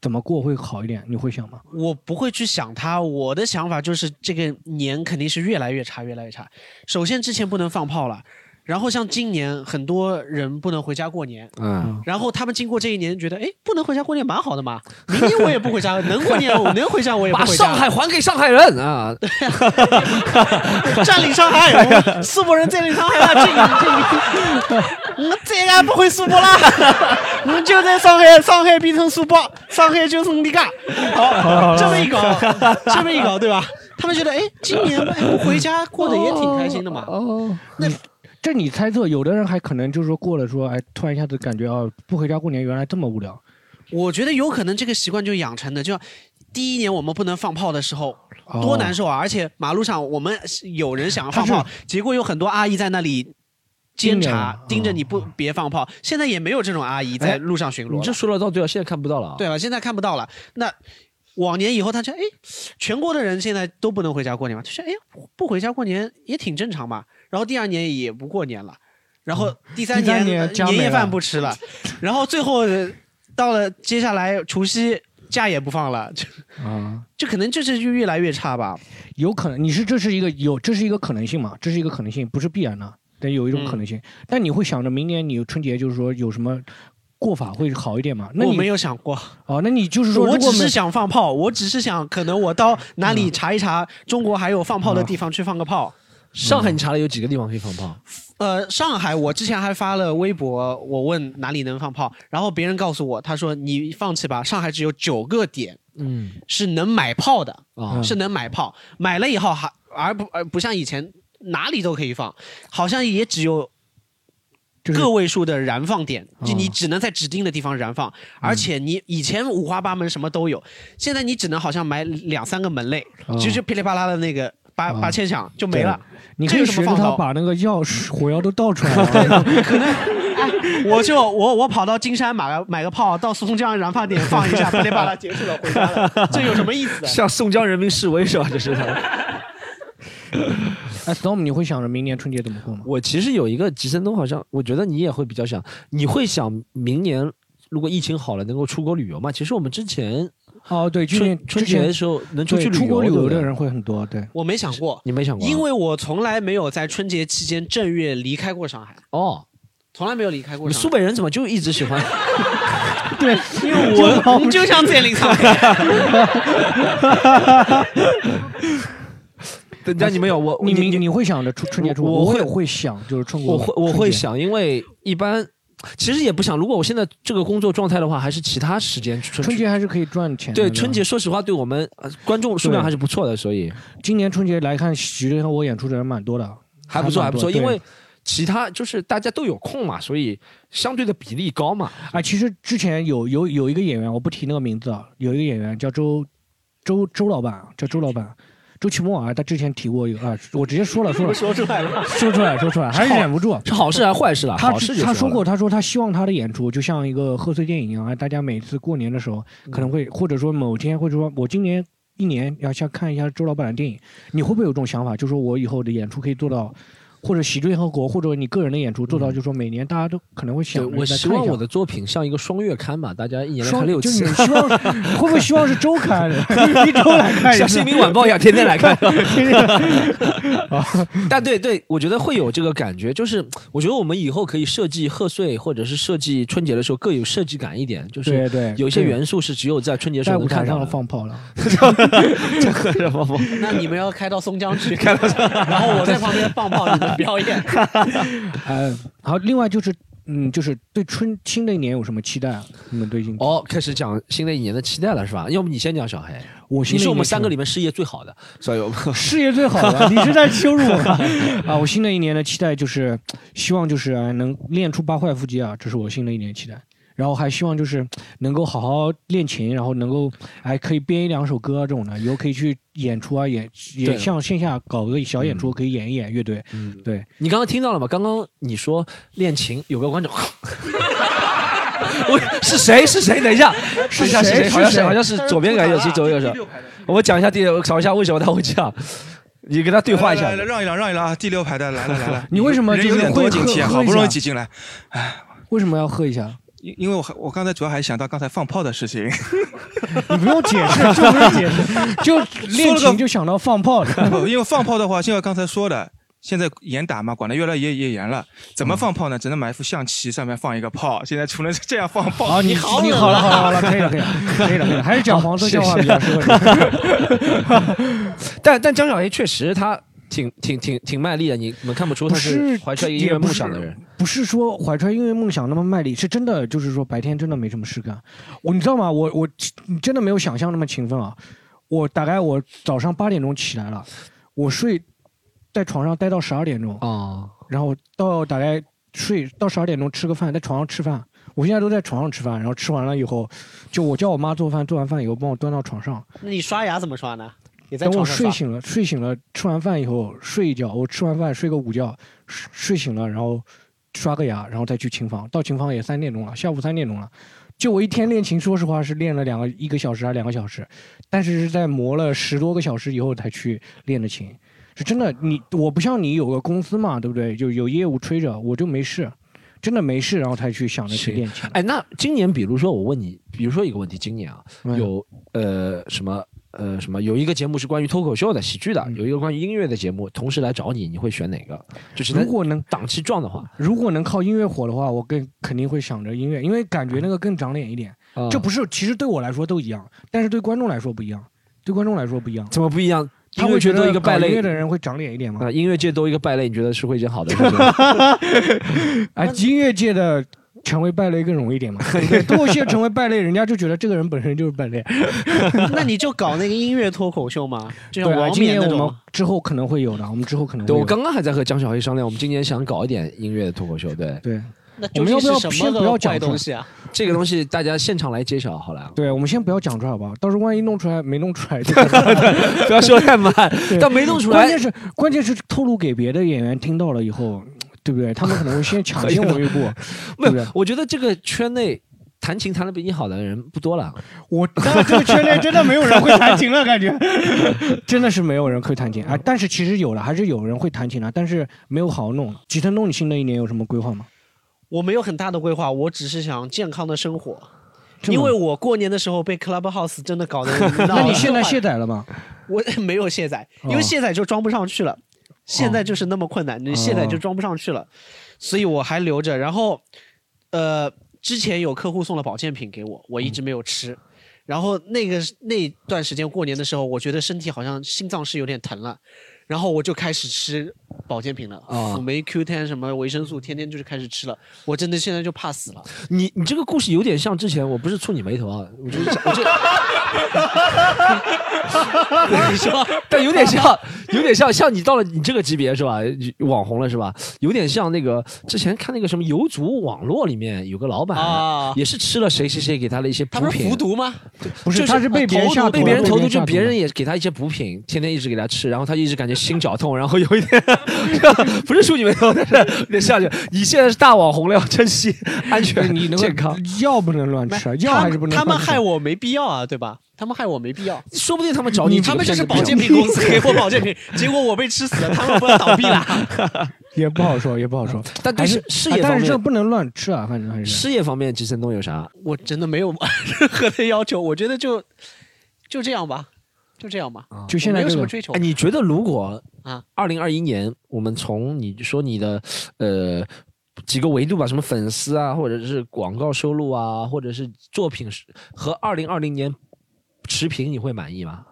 怎么过会好一点？你会想吗？
我不会去想它，我的想法就是这个年肯定是越来越差，越来越差。首先之前不能放炮了，然后像今年很多人不能回家过年，
嗯，
然后他们经过这一年觉得，哎，不能回家过年蛮好的嘛，明年我也不回家，能过年我能回家我也不
把
回 家。
上海还给上海人啊！
啊占领上海，我们苏泊人占领上海了，这 个嗯这个，我再也不回苏泊啦， 我就在上海，上海变成苏泊，上海就是你家。 好，这么一搞， 这么一 搞，对吧？他们觉得，哎，今年哎不回家过得也挺开心的嘛。
哦，那这你猜测，有的人还可能就是说过了说，哎，突然一下子感觉啊，不回家过年原来这么无聊。
我觉得有可能这个习惯就养成的，就第一年我们不能放炮的时候。
哦
多难受啊！而且马路上我们有人想要放炮，结果有很多阿姨在那里监察，
盯着你
盯着你不别放炮。现在也没有这种阿姨在路上巡逻
你这
哦
了，
说了到最后，现在看不到了啊。
对吧？现在看不到了。那往年以后，他就哎，全国的人现在都不能回家过年嘛，就是哎，不回家过年也挺正常嘛。然后第二年也不过年了，然后第
嗯
三
第三
年
年
呃
家没
年夜
了
饭不吃 了，然后最后呃到了接下来除夕假也不放了，就
啊，
就可能就是越来越差吧。
有可能你是这是一个有这是一个可能性嘛？这是一个可能性，不是必然的，但有一
嗯
种可能性。但你会想着明年你春节就是说有什么过法会好一点嘛？那
我
你
没有想过。
哦，那你就是说，
我
如
只
果没嗯
是想放炮，我只是想，可能我到哪里查一查，中国还有放炮的地方去放个炮。
上海你查了有几个地方可以放炮？
呃，上海，我之前还发了微博，我问哪里能放炮，然后别人告诉我，他说你放弃吧，上海只有九个点
嗯
是能买炮的，
啊，
是能买炮，买了以后还而不而不像以前哪里都可以放，好像也只有
就是
个位数的燃放点，就你
哦
只能在指定的地方燃
嗯
放，而且你以前五花八门什么都有，现在你只能好像买两三个门类，
哦
就是噼里啪啦的那个八
哦
八千响就没了。
你
这
可以
有什
学
么
着
放
他
刀
把那个药水火药都倒出来了。
我就我我跑到金山买个买个炮，到松江燃放点放一 下，噼里啪啦结束了，回家了，这有什么意思？
向宋江人民示威是吧？这是。
哎，Storm，你会想着明年春节怎么过吗？
我其实有一个吉森东，好像我觉得你也会比较想，你会想明年如果疫情好了能够出国旅游嘛？其实我们之前
哦，对，去
春
年
春
之
节
前
的时候能出
对
去
出国旅游
对不
的
对
人会很多，对。
我没想过，
你没想过啊，
因为我从来没有在春节期间正月离开过上海，
哦，
从来没有离 开
你
过
们
上海
苏。北人怎么就一直喜 欢？
因为我我们就像在领上海，
但你没有我，
你明你会想着春春节出国？
我
我
会
也会想，就是春国
我会我会
春节
想，因为一般其实也不想。如果我现在这个工作状态的话，还是其他时间春
春节还是可以赚钱的。
对春节，，说实话，对我们呃观众数量还是不错的，所以
今年春节来看徐峥和我演出的人蛮多的，啊
还不错，还
蛮
不
多
错。因
对
为其他就是大家都有空嘛，所以相对的比例高嘛。
啊，其实之前有有有一个演员，我不提那个名字啊，有一个演员叫周周周老板啊，叫周老板，周奇墨啊，他之前提过一个啊，我直接说了说 了
说出来了。
说出来说出来，还是忍不住。啊
是好事还啊是坏事啦？
他
好事就
他说
说
过，他说他希望他的演出就像一个贺岁电影一样，哎，大家每次过年的时候
嗯
可能会，或者说某天会说，我今年一年要想看一下周老板的电影，你会不会有这种想法？就说我以后的演出可以做到，或者喜剧联合国，或者你个人的演出做到，就说每年大家都可能会
嗯对，
想着
我
来
希
看一
望
下
我的作品像一个双月刊吧，大家一年来
双
看六
就
次
你， 希望会不会希望是周刊， 一周来看一
像《
次
新？民晚报》一样天天来看。
天 天
但对对，我觉得会有这个感觉，就是我觉得我们以后可以设计贺岁或者是设计春节的时候各有设计感一点，就是
对对，
有一些
对
元素是只有在春节时
在
候
舞
能
台
看
上
到
了
的。
放炮了，
那你们要开到松江去， 然后我在旁边放炮，你们表演。
呃，好，另外就是。嗯，就是对春新的一年有什么期待啊？你们对今
哦，开始讲新的一年的期待了是吧？要不你先讲小黑，
我
你
新的一
是我们
年
三个
期
里面事业最好的，所以我们
待事业最好 的，你是在羞 辱我 吗啊！我新的一年的期待就是，希望就是啊能练出八块腹肌啊，这是我新的一年期待。然后还希望就是能够好好练琴，然后能够还可以编一两首歌啊这种的，以后可以去演出啊，也也
对
像线下搞个小演出，可以演一演乐队。
嗯
对，
你刚刚听到了吗？刚刚你说练琴，有个观众 我 是谁？是谁？等一 下，
是
等一下是
谁
谁？好像
是谁
是好像是左边感觉是左右手。我讲一下第六，讲一下为什么他会这样，你跟他对话一下
来。来来让一让，让一让啊！第六排的，来来来来，
你为什么
人
就是
有点
会
多，今天
喝
好不容易
喝一下
挤进来，
为什么要喝一下？
因因为我还我刚才主要还想到刚才放炮的事情，
你不用解释， 就不用解释，就练
说了
琴
个
就想到放炮了。
不因为放炮的话，就像刚才说的，现在严打嘛，管得越来越越严了。怎
嗯
么放炮呢？只能买一副象棋，上面放一个炮。现在除了这样放炮，
好，哦你
好
你
冷
好了，
啊
好了，好了，可以了，可以了，可以了，可以了，还是讲黄色笑话比较适合你。
但但江小黑确实他挺挺挺挺卖力的，你们看不出他
不
是
是
怀揣音
也
乐
不
梦
是
想的人。
不是说怀揣音乐梦想那么卖力，是真的，就是说白天真的没什么事干。我你知道吗？我我你真的没有想象那么勤奋啊！我大概我早上八点钟起来了，我睡在床上待到十二点钟，
哦，
然后到大概睡到十二点钟吃个饭，在床上吃饭。我现在都在床上吃饭，然后吃完了以后，就我叫我妈做饭，做完饭以后帮我端到床上，
那 你刷牙怎么刷呢？也在
等我
床上刷
睡醒了，睡醒了，吃完饭以后睡一觉，我吃完饭睡个午觉，睡睡醒了，然后刷个牙，然后再去琴房。到琴房也三点钟了，下午三点钟了。就我一天练琴，说实话是练了两个一个小时还两个小时，但是是在磨了十多个小时以后才去练的琴，是真的。你我不像你有个公司嘛，对不对？就有业务吹着，我就没事，真的没事，然后才去想着去
是
练琴。
哎，那今年比如说我问你，比如说一个问题，今年啊，
嗯
有呃什么呃什么，有一个节目是关于脱口秀的喜剧的，
嗯
有一个关于音乐的节目，同时来找你，你会选哪个？就是
如
能
果能
档期撞的话，
如果能靠音乐火的话，我更肯定会想着音乐，因为感觉那个更长脸一点。
啊
这不是，其实对我来说都一样，但是对观众来说不一样，对观众来说不一样。
怎么不一样？
他
音
会
乐
觉
界多
得
一个败
搞音乐
类
的人会长脸一点吗？
啊，音乐界多一个败类，你觉得是会一件好的事情吗？
哎，音乐界的成为败类更容易一 点嘛？对脱口秀成为败类，人家就觉得这个人本身就是败类。
那你就搞那个音乐脱口秀嘛，就
对啊，
像王
今
冕
年
那
我
种
们。之后可能会有的，我们之后可能会
对，
有
我刚刚还在和江小黑商量，我们今年想搞一点音乐的脱口秀。对，
对
那
我
究
们
竟
要不
是
要
什
先
么
不要
个
讲
怪
出
东
来
西啊？
这个东西大家现场来揭晓好了，
对，我们先不要讲出来好不好？到时候万一弄出来没弄出来，
不要说太满，但没弄出
关
来
键。是关键是透露给别的演员听到了以后，对不对？他们 可能会先抢先我们一步，对
没
不对
有？，我觉得这个圈内弹琴弹的比你好的人不多了。
我当然这个圈内真的没有人会弹琴了，感觉 真的是没有人会弹琴啊。但是其实有了，还是有人会弹琴的，但是没有好好弄。吉他弄，你新的一年有什么规划吗？
我没有很大的规划，我只是想健康的生活。
这么
因为我过年的时候被 Clubhouse 真的 搞得，
那你 现在卸载了吗？
我 没有卸载，因为
哦
卸载就装不上去了。现在就是那么困难，你卸载就
哦
装不上去了，所以我还留着。然后，呃，之前有客户送了保健品给我，我
嗯
一直没有吃。然后那个那段时间过年的时候，我觉得身体好像心脏是有点疼了，然后我就开始吃保健品了，
哦
啊
辅酶 Q 1 0什么维生素，天天就是开始吃了。我真的现在就怕死了。
你你这个故事有点像之前，我不是触你眉头啊，我就是想我这，你说， 但有点像，有点像，像你到了你这个级别是吧？网红了是吧？有点像那个之前看那个什么游族网络里面有个老板。
啊，
也是吃了谁谁谁给他的一些
他
补
不是
品
服，毒吗？呃
不是，
就
他是被别人
投毒
下毒
被
了
别人投毒，
下
就别
了
人也给他一些补品，天天一直给他吃，然后他就一直感觉心绞痛，然后有一天 不是处女没头，但是有点下去。你现在是大网红了，要珍惜安
对
全
你那
健康
个。药不能乱吃啊，药
他
还是不能
他们
乱吃
害我没必要啊，对吧？他们害我没必 要。
说不定他们找你，
他们就是保健品公司给我保健品，结果我被吃死了，他们不要倒 闭了。
也不好说，也不好说。
但对
还是
事事
啊
业
但
方
是这
面，
不能乱吃啊，反正还是。
事业方面，吉森东有啥？
我真的没有 任何的要求，我觉得就就这样吧，就这样吧，
啊就现在
我没有
这
什么
个，
追求
哎，。你觉得如果
啊，
二零二一年我们从你说你的呃几个维度吧，什么粉丝啊，或者是广告收入啊，或者是作品是和二零二零年持平，你会满意吗？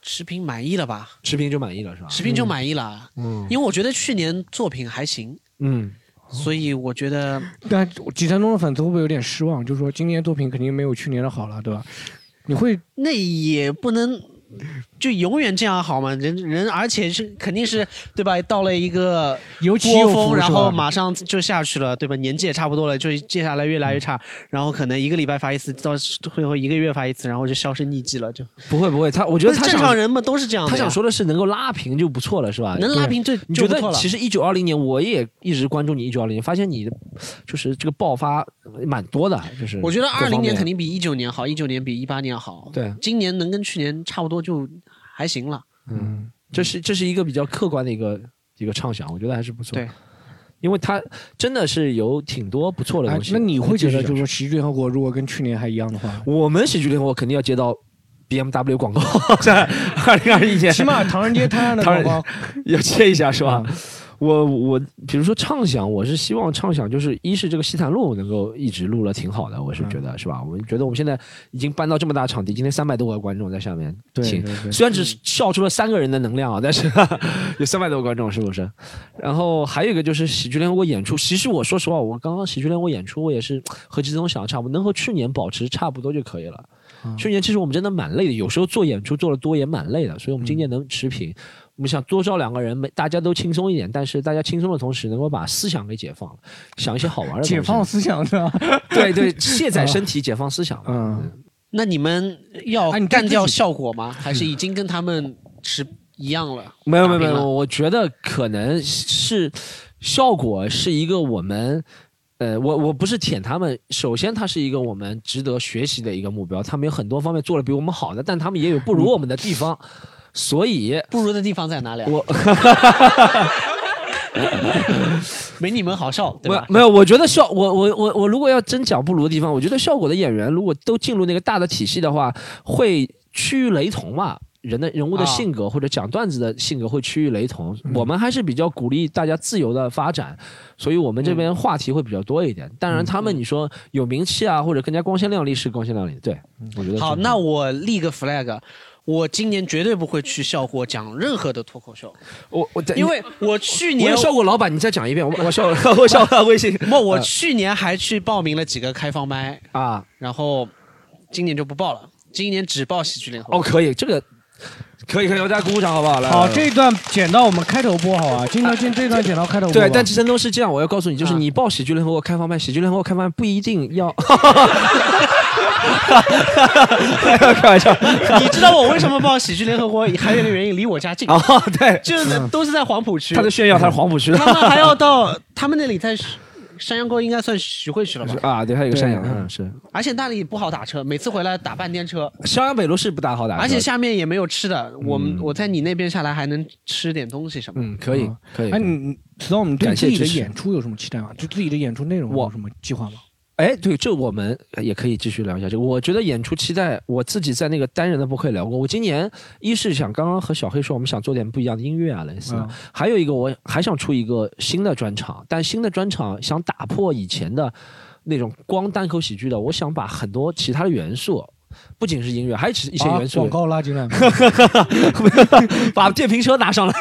持平满意了吧？
持平就满意了是吧？
持平就满意了，
嗯
因为我觉得去年作品还行，
嗯，
哦
所以我觉得
但吉田中的粉丝会不会有点失望？就说今年作品肯定没有去年的好了，对吧？你会
那也不能就永远这样好吗？人人而且是肯定是对吧？到了一个
有起有
波
伏
峰，
是
然
吧
后马上就下去了，对吧？年纪也差不多了，就接下来越来越差，然后可能一个礼拜发一次，到最后一个月发一次，然后就销声匿迹了，就
不会不会，他我觉得他
正
想
常人嘛都是这样的呀。
他想说的是能够拉平就不错了，是吧？
能拉平
对
就
你
就
觉
不错
得
了
其实一九二零年我也一直关注你一九二零年，发现你的就是这个爆发蛮多的，就是
我觉得
各
二
方
零年
面
肯定比一九年好，一九年比一八年好。
嗯
对
今年能跟去年差不多就还行了。
嗯，这是这是一个比较客观的一个一个畅想，我觉得还是不错。
对，
因为他真的是有挺多不错的
哎
东，西。
那你会觉得
继续
就是
讲
说喜剧联合国如果跟去年还一样的话，
我们喜剧联合国肯定要接到 BMW 广告， 在二零二一年，
起码唐人街摊上的
当
广
然
告， 嗯
要切一下是吧？我我比如说畅想，我是希望畅想就是一是这个西坦路能够一直录了挺好的，
嗯
我是觉得、是吧？我们觉得我们现在已经搬到这么大场地，今天三百多个观众在下面
对
听，
对对
虽然只笑出了三个人的能量啊，但是有三百多个观众是不是？然后还有一个就是喜剧联合国演出，其实我说实话，我刚刚喜剧联合国演出，我也是和季东想的差不多，能和去年保持差不多就可以了。
嗯
去年其实我们真的蛮累的，有时候做演出做的多也蛮累的，所以我们今年能持平。
嗯
我们想多招两个人，每大家都轻松一点，但是大家轻松的同时，能够把思想给解放了，想一些好玩的东西
解放，思想 的。
对对，卸载身体，解放思想。
嗯，
那你们要
哎你对
干掉
自己
效果吗？还是已经跟他们持一样了？
没有没有没
打平
有，
了
我觉得可能是效果是一个我们。呃，我我不是舔他们，首先它是一个我们值得学习的一个目标，他们有很多方面做的比我们好的，但他们也有不如我们的地方，所以
不如的地方在哪里啊？
我
没你们好笑，对
我
吧？
没有，我觉得效我我我我如果要真讲不如的地方，我觉得效果的演员如果都进入那个大的体系的话，会趋于雷同嘛。人的人物的
啊嗯
性格或者讲段子的性格会趋于雷同，我们还是比较鼓励大家自由的发展，所以我们这边话题会比较多一
嗯
点。当然，他们你说有名气啊，或者更加光鲜亮丽是光鲜亮丽，对，我觉得
嗯好，
是
那我立个 flag，我今年绝对不会去效果讲任何的脱口秀，
我我
因为我去
我
年
有效果老板，你再讲一遍， 我我效果我效果微信
不，我去年还去报名了几个开放麦，
嗯啊，
然后今年就不报了，今年只报喜剧联合
哦，
国。
可以，这个可以可以，大家鼓鼓掌好不好？来，
好，
来来
这段剪到我们开头播好啊，今天今这段剪到开头 播吧。
对，但其实都是这样。我要告诉你，就是
啊
你报喜剧联合国开放麦，喜剧联合国开放麦不一定 要。开玩笑
你知道我为什么报喜剧联合国？还有一个原因，离我家近，
哦，对，
就是都是在黄浦区
他。在炫耀他是黄浦 区的
他们还要到他们那里，在山羊沟应该算徐汇区了吧？
啊，对，他有个山羊，
对
嗯，是
而且那里不好打车，每次回来打半天车，
襄阳北路是不大好打，
而且下面也没有吃的。我们我在你那边下来还能吃点东西什么的。
嗯，可以
嗯
可以
哎，
可以。
你你知道我们对
感谢
自己的
支持
演出有什么期待吗？就自己的演出内容
我
有什么计划吗？
哎，对，这我们也可以继续聊一下这个。我觉得演出期待，我自己在那个单人的播客也聊过。我今年一是想刚刚和小黑说，我们想做点不一样的音乐啊，类似的。
嗯
还有一个，我还想出一个新的专场，但新的专场想打破以前的那种光单口喜剧的，我想把很多其他的元素。不仅是音乐，还有其一些
把
元素
啊广，告拉进来 吗？
把电瓶车拿上来，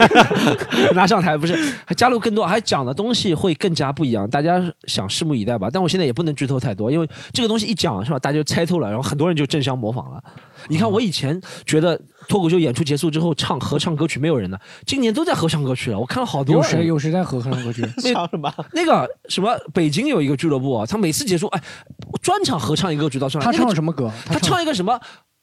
拿上台不是，还加入更多，还讲的东西会更加不一样，大家想拭目以待吧。但我现在也不能剧透太多，因为这个东西一讲是吧，大家就猜透了，然后很多人就争相模仿了。你看我以前觉得脱口秀演出结束之后唱合唱歌曲没有人的，今年都在合唱歌曲了，我看了好
有
多
谁
人。
有谁在合唱歌 曲？
笑什么？
那个什么，北京有一个俱乐部啊，他每次结束，哎，专场合唱一个歌曲到上海，
他
那个
唱什么歌？
他唱一个什么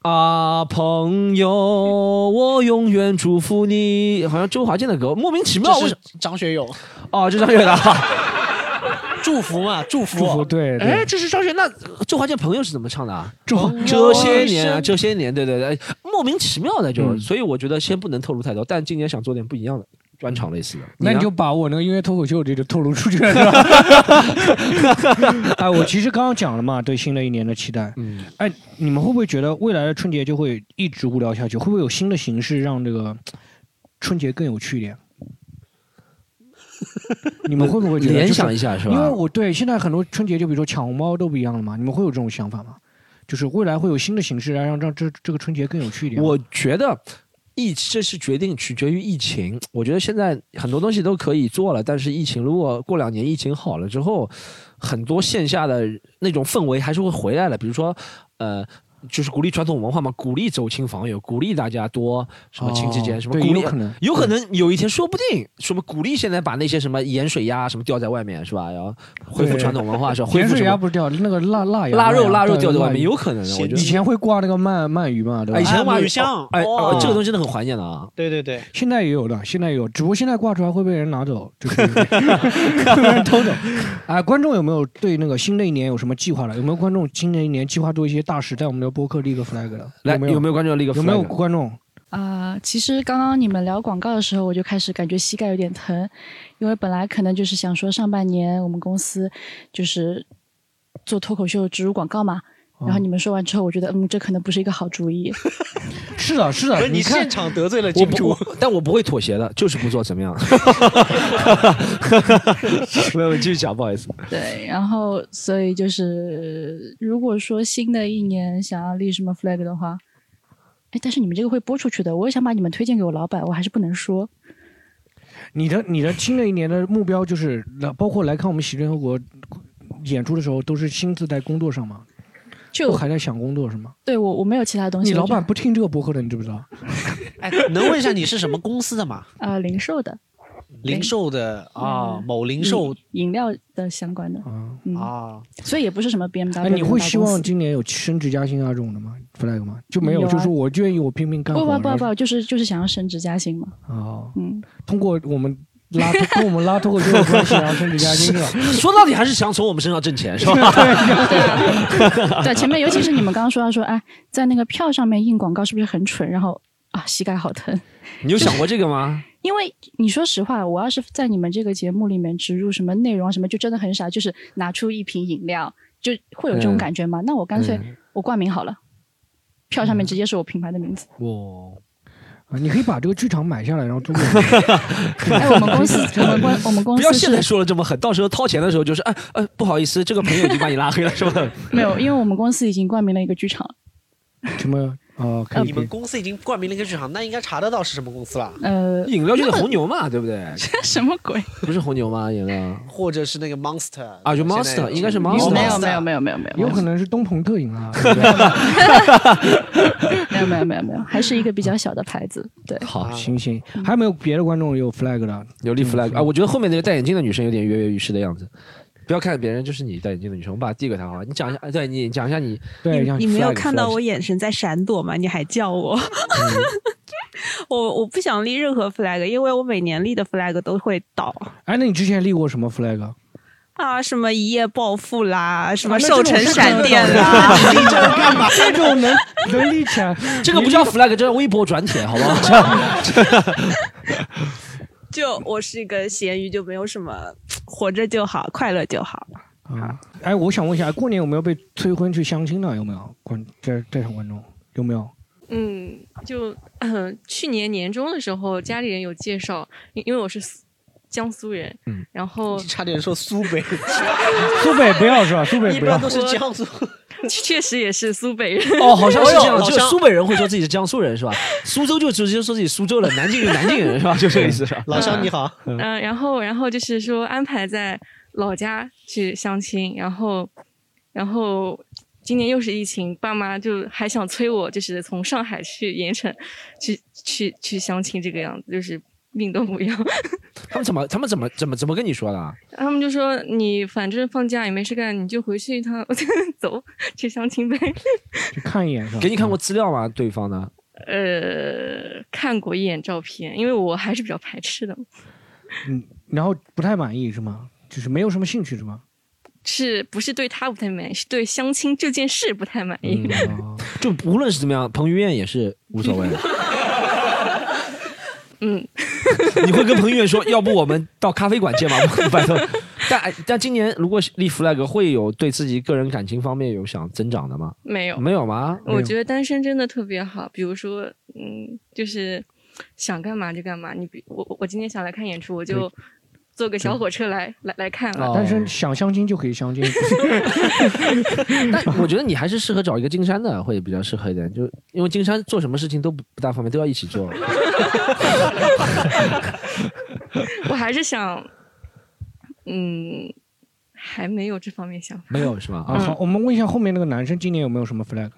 啊，朋友，我永远祝福你，好像周华健的歌，莫名其妙，
这
为
是
什
张学友，
哦，这张学友的 啊，
祝福嘛，祝福。
祝福对
哎，
对，
这是张学友，那
呃
周华健朋友是怎么唱的啊？
祝
这些年啊，这些年，对对对，哎莫名其妙的就，所以我觉得先不能透露太多，但今年想做点不一样的。专场类似的，
那你
呢
就把我那个音乐脱口秀这就透露出去了， 是吧？ 哎，我其实刚刚讲了嘛，对新的一年的期待。
嗯，
哎，你们会不会觉得未来的春节就会一直无聊下去？会不会有新的形式让这个春节更有趣一点？你们会不会觉得
联
就是
想一下是吧？
因为我对现在很多春节，就比如说抢红包都不一样了嘛，你们会有这种想法吗？就是未来会有新的形式来让让这这个春节更有趣一点吗。
我觉得疫这是决定取决于疫情。我觉得现在很多东西都可以做了，但是疫情如果过两年疫情好了之后，很多线下的那种氛围还是会回来的。比如说，呃，就是鼓励传统文化嘛，鼓励走亲访友，鼓励大家多什么亲戚间、
哦
什么
对
鼓励，
有可能
有可能有一天说不定什么鼓励现在把那些什么盐水鸭什么吊在外面是吧？然后恢复
对
传统文化是吧？恢
甜
复
水
什
鸭
么
不是掉那个腊腊鸭
腊肉腊肉
对
吊在外
腊
面，
鱼
有可能的。我觉
以
得
前会挂那个鳗鳗鱼嘛，对吧？
哎以前
啊
我
铝箱
哎，
哦
这个东西真的很怀念的啊。
对对对，
现在也有的，现在也有，只不过现在挂出来会被人拿走，就是 会被人偷走。啊、观众有没有对那个新的一年有什么计划了？有没有观众新的一年计划做一些大事，在我们的播客立个 flag 了？
来，
有没有
有没有观众立个
有没有
flag？
观众？
啊、其实刚刚你们聊广告的时候，我就开始感觉膝盖有点疼，因为本来可能就是想说上半年我们公司就是做脱口秀植入广告嘛，然
哦
后你们说完之后，我觉得嗯，这可能不是一个好主意。
是的，是
不
的，
是你
看
现，场得罪了
我
金
不，
主，
我但我不会妥协的，就是不做怎 么样？没有，继续讲，不好意思。
对，然后所以就是如果说新的一年想要立什么 flag 的话，哎，但是你们这个会播出去的，我也想把你们推荐给我老板，我还是不能说。
你的你的新的一年的目标就是，来包括来看我们喜剧联合国演出的时候，都是心思在工作上嘛，都
就
还在想工作是吗？
对我我没有其他东西。
你老
我就
板不听这个播客的，你知不知道？
哎，能问一下你是什么公司的吗？
呃零售的
零售的啊，
嗯
某零售
饮饮料的相关的，
啊、
嗯，
啊，
所以也不是什么 BMW
那、哎你会希望
大公司
今年有升职加薪啊这种的吗？flag 吗？就没有，
有啊
就是说我愿意我拼命干
不
活。
不不
然后
不，就是就是想要升职加薪嘛，
哦，
嗯，
通过我们拉 跟我们拉脱口秀的关系，然后升职加薪是吧？
说到底还是想从我们身上挣钱，是吧？
对，前面尤其是你们刚刚说到说，哎，在那个票上面印广告是不是很蠢？然后啊，膝盖好疼。
你有想过这个吗？
因为你说实话，我要是在你们这个节目里面植入什么内容啊什么，就真的很傻，就是拿出一瓶饮料，就会有这种
嗯
感觉吗？那我干脆我冠名好了，票上面
嗯
直接是我品牌的名字。
我
啊，你可以把这个剧场买下来，然后租给我。
哎，我们公 司，我们公我们公
不要
司
现在
是
说了这么狠，到时候掏钱的时候就是，哎哎，不好意思，这个朋友已经把你拉黑了，是吧？
没有，因为我们公司已经冠名了一个剧场了，
什么？
呃
呃
哦，可以
你
可
们
以。
公司已经冠名了一个剧场，那应该查得到是什么公司吧？
哎
呃，
饮料就是红牛嘛，对不 对？
什么鬼？
不是红牛吗？饮料
或者是那个 Monster
啊，就
啊现在
Monster，应该是
有
Monster。
没有没有没有没有没有没有
有可能是东鹏特饮 啊，对不对
没有没有没有没有，还是一个比较小的牌子，对。
好，
啊行行，
嗯
还有没有别的观众有 flag 的？
有立 flag 啊！我觉得后面那个戴眼镜的女生有点跃跃欲试的样子。不要看别人，就是你戴眼镜的女生，我们把递给她好了。你讲一下，哎对你讲一下你
对，
你
像
你没有
flag，
看到
flag
我眼神在闪躲吗？你还叫我， 我我不想立任何 flag，因为我每年立的 flag 都会倒
哎，那你之前立过什么 flag？啊
啊，什么一夜暴富啦，什么
那这
寿
种
辰
是
闪
看得
电
到的
啦，
这种能能立起来？
这个不叫 flag，这叫微博转帖，好不好？
就我是一个咸鱼，就没有什么活着就好，快乐就好。
啊，哎，我想问一下，过年有没有被催婚去相亲的？有没有观在在场观众有没有？
嗯，就嗯，去年年中的时候，家里人有介绍，因因为我是苏江苏人，
嗯
然后
你差点说苏 北，
苏北不要是吧？苏北
一
不
般
要
都。是江苏。
确实也是苏北人，
哦，好像是这样，
哎呦
只有
好像
苏北人会说自己是江苏人是 吧？苏州就直接说自己苏州了，南京就南京人是吧？就这个意思是吧？
老乡你好，
嗯、然后然后就是说安排在老家去相亲，然后然后今年又是疫情，爸妈就还想催我，就是从上海去盐城去去去相亲这个样子，就是命都不要。
他们怎么他们怎么怎么怎么跟你说的啊？
他们就说你反正放假也没事干，你就回去一趟， 走去相亲呗。
去看一眼是吧？
给你看过资料吗？对方的？
呃，看过一眼照片，因为我还是比较排斥的，
嗯，然后不太满意是吗？就是没有什么兴趣是吗？
是不是对他不太满意，是对相亲这件事不太满意。
嗯，就无论是怎么样，彭于晏也是无所 谓的。
嗯，
你会跟彭于晏说，要不我们到咖啡馆见吧， 拜托。但但今年如果是立 flag，会有对自己个人感情方面有想增长的吗？
没有，
没有吗？
我觉得单身真的特别好。比如说，嗯，就是想干嘛就干嘛。你比我我我今天想来看演出，我就坐个小火车来来来看了。
哦
但是想相亲就可以相亲，
但我觉得你还是适合找一个金山的，会比较适合一点。就因为金山做什么事情都不不大方便，都要一起做。
我还是想，嗯，还没有这方面想法。
没有是吧？
嗯
啊，好，我们问一下后面那个男生今年有没有什么 flag？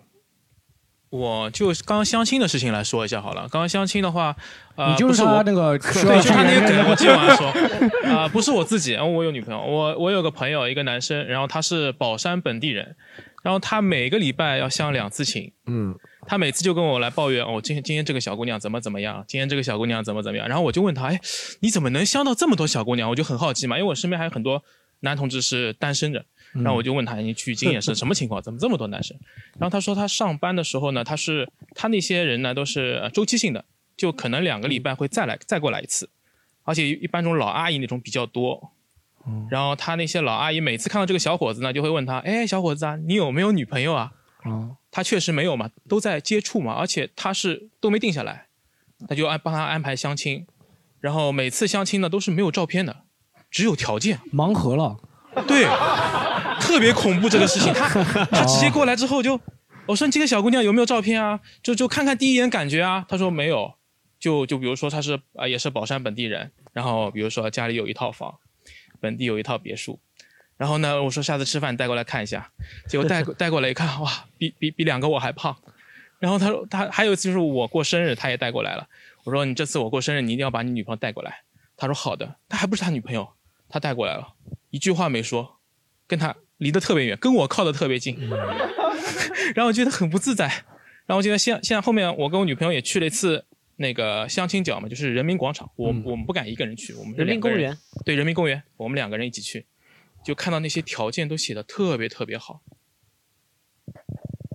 我就刚刚相亲的事情来说一下好了。刚刚相亲的话，呃，
你就是
不是
他
我
那 个，
对，就是他那个梗，我记得我还说 啊、不是我自己，我有女朋友，我我有个朋友，一个男生，然后他是宝山本地人，然后他每个礼拜要相两次亲，
嗯，
他每次就跟我来抱怨，哦，今天今天这个小姑娘怎么怎么样，今天这个小姑娘怎么怎么样。然后我就问他，哎，你怎么能相到这么多小姑娘？我就很好奇嘛，因为我身边还有很多男同志是单身的。
嗯
然后我就问他，你去经验是什么情况？怎么这么多男生？然后他说他上班的时候呢，他是他那些人呢都是呃周期性的，就可能两个礼拜会再来再过来一次，而且一般这种老阿姨那种比较多。然后他那些老阿姨每次看到这个小伙子呢，就会问他，哎，小伙子啊，你有没有女朋友啊？
哦，
他确实没有嘛，都在接触嘛，而且他是都没定下来，他就安帮他安排相亲，然后每次相亲呢都是没有照片的，只有条件，
盲盒了。
对，特别恐怖这个事情，他他直接过来之后就，我说你这个小姑娘有没有照片啊？就就看看第一眼感觉啊，他说没有，就就比如说他是啊、呃也是宝山本地人，然后比如说家里有一套房，本地有一套别墅。然后呢，我说下次吃饭带过来看一下，结 果带过带过来一看，哇，比比比两个我还胖。然后他说他还有一次就是我过生日，他也带过来了。我说你这次我过生日，你一定要把你女朋友带过来。他说好的，他还不是他女朋友，他带过来了，一句话没说，跟他离得特别远，跟我靠得特别近，
嗯
然后我觉得很不自在。然后我觉得现现在后面我跟我女朋友也去了一次那个相亲角嘛，就是人民广场，我、我们不敢一个人去，我们
嗯
是
人民
两个
公园
对人民公园，我们两个人一起去，就看到那些条件都写的特别特别好，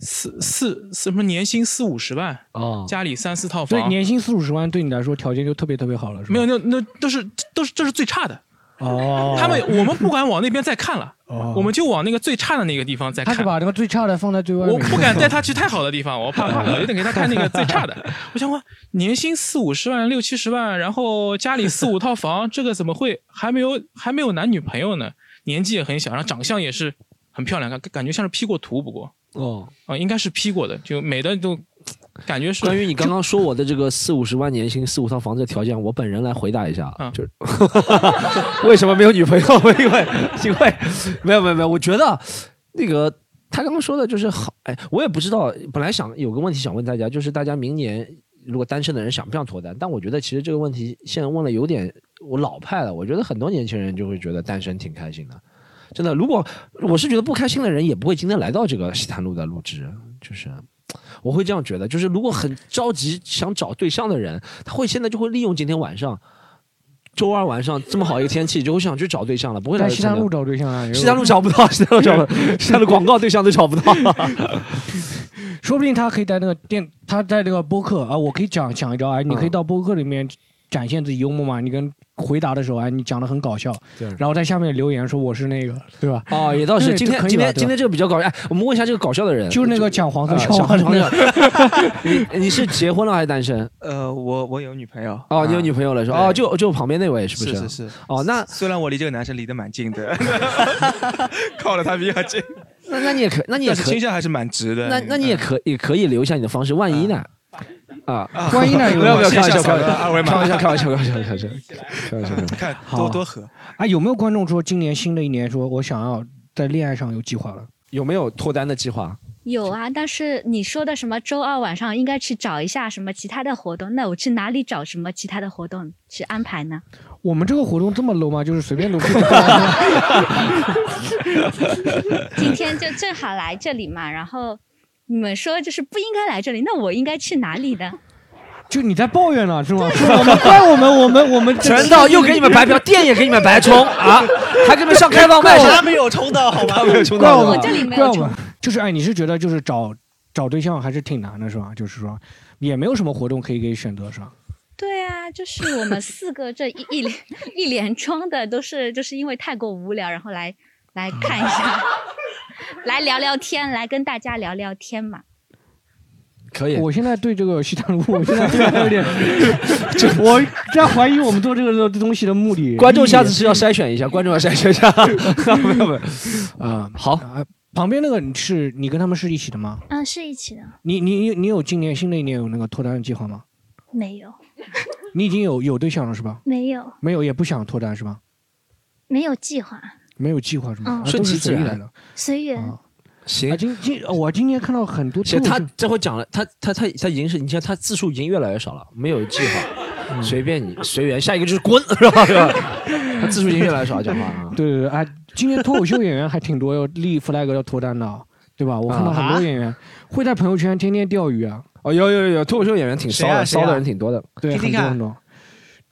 四四什么年薪四五十万
哦
家里三四套
对，
房，
年薪四五十万对你来说条件就特别特别好了，是吧？
没有那那都是都是这是最差的，
哦，
他们我们不敢往那边再看了，
哦
我们就往那个最差的那个地方再
他
看
是。把那个最差的放在最外面。
我不敢带他去太好的地方，我怕怕我有点给他看那个最 差的。我想问，年薪四五十万、六七十万，然后家里四五套房，这个怎么会还没有还没有男女朋友呢？年纪也很小，然后长相也是很漂亮，感感觉像是 P 过图，不过
哦，
啊、应该是 P 过的，就美的都感觉是。
关于你刚刚说我的这个四五十万年薪、四五套房子的条件，我本人来回答一下，就是为什么没有女朋友？因为因为没有没有没有，我觉得那个他刚刚说的就是好，哎，我也不知道，本来想有个问题想问大家，就是大家明年如果单身的人想不想脱单？但我觉得其实这个问题现在问了有点我老派了，我觉得很多年轻人就会觉得单身挺开心的。真的，如果我是觉得不开心的人，也不会今天来到这个西坛路的录制，就是。我会这样觉得，就是如果很着急想找对象的人，他会现在就会利用今天晚上，周二晚上这么好一个天气，就会想去找对象了，不会来
在
得
西山
趁
路
着
找对象啊，
西 山路找不到，西山路找不到，西山路广告对象都找不到。
说不定他可以在那个电，他在那个播客啊，我可以讲讲一招啊，
嗯
你可以到播客里面展现自己幽默嘛，你跟回答的时候啊，你讲的很搞笑
对，
然后在下面留言说我是那个，对吧？
哦，也倒是，
对
今天
就可以
今
了对
天
吧
今天这个比较搞笑。哎，我们问一下这个搞笑的人，
就是那个讲黄色
啊
笑话的
讲黄
那
色
个。
你你是结婚了还是单身？
呃，我我有女朋友。啊
哦，你有女朋友了是吧？
对
哦，就就旁边那位是不
是
是
是是
哦，那
虽然我离这个男生离得蛮近 的，靠了他比较近。
那那你也可，那你也
但是
可以
倾向还是蛮直的。
那那你也可也可以留一下你的方式，万一呢？啊，
万 一呢
没有没有，
有
开玩笑，
线下
啊开 玩
扫描二维
笑，
码
开玩笑，开玩笑，开玩笑，开玩笑，开玩笑，
看
好啊，有没有观众说今年新的一年说我想要在恋爱上有计划了？
有没有脱单的计划？
有啊，但是你说的什么周二晚上应该去找一下什么其他的活动，那我去哪里找什么其他的活动去安排呢？
我们这个活动这么 low 吗？就是随便 low
今天就正好来这里嘛，然后你们说就是不应该来这里，那我应该去哪里呢？
就你在抱怨呢是吗？说我们怪我们，我们我 们
陈导又给你们白嫖，店也给你们白充啊，还给你们上开放麦，
怪我们没有充
到好
吧
吧？
没有充
怪
到，
我们，
是吧
怪我们， 就是哎，你是觉得就是找找对象还是挺难的是吧？就是说也没有什么活动可以给选择是吧？
对啊，就是我们四个这一一连 一连装的都是就是因为太过无聊，然后来来看一下， 来聊聊天，来跟大家聊聊天嘛。
可以。
我现在对这个西塘路， 我现在对它有 点，我在怀疑我们做这个东西的目的。
观众下次是要筛选一 下，观众要筛选一下，没有没有，
啊，
好。
旁边那个是你跟他们是一起的吗？
嗯，是一起的，
你你你你有今年新的一年有那个脱单的计划吗？
没有，
你已经有有对象了是吧？
没有，
没有也不想脱单是吧？
没有计划，
没有计划是吗？
嗯
啊都是随意来的。
随缘。
行，
啊今今我今天看到很多
其实他
动物
这回讲了，他他他他已经是，你像他字数已经越来越少了，没有记号， 随便你随缘，下一个就是滚，是吧？是吧？ 他字数已经越来越少，讲话啊。
对对对，啊，今年脱口秀演员还挺多要立 flag 要脱单的，对
啊
吧？我看到很多演 员会在朋友圈天天钓鱼啊。
哦，有有有，脱口秀演员挺骚的，骚的人啊挺多的。
对，很多很多，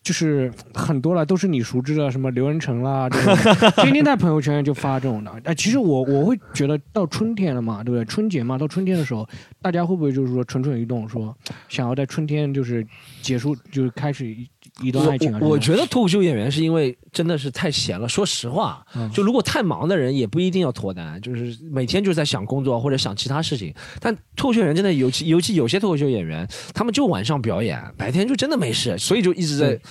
就是很多了，都是你熟知的，什么刘仁成啦，这 种天天在朋友圈就发这种的。哎，其实我我会觉得到春天了嘛，对不对？春节嘛，到春天的时候，大家会不会就是说蠢蠢欲动，说想要在春天就是结束，就是开始一一段爱情啊？
我我觉
得。
得脱口秀演员是因为真的是太闲了。说实话，就如果太忙的人也不一定要脱单，就是每天就在想工作或者想其他事情。但脱口秀演员真的尤其尤其有些脱口秀演员，他们就晚上表演，白天就真的没事，所以就一直在
对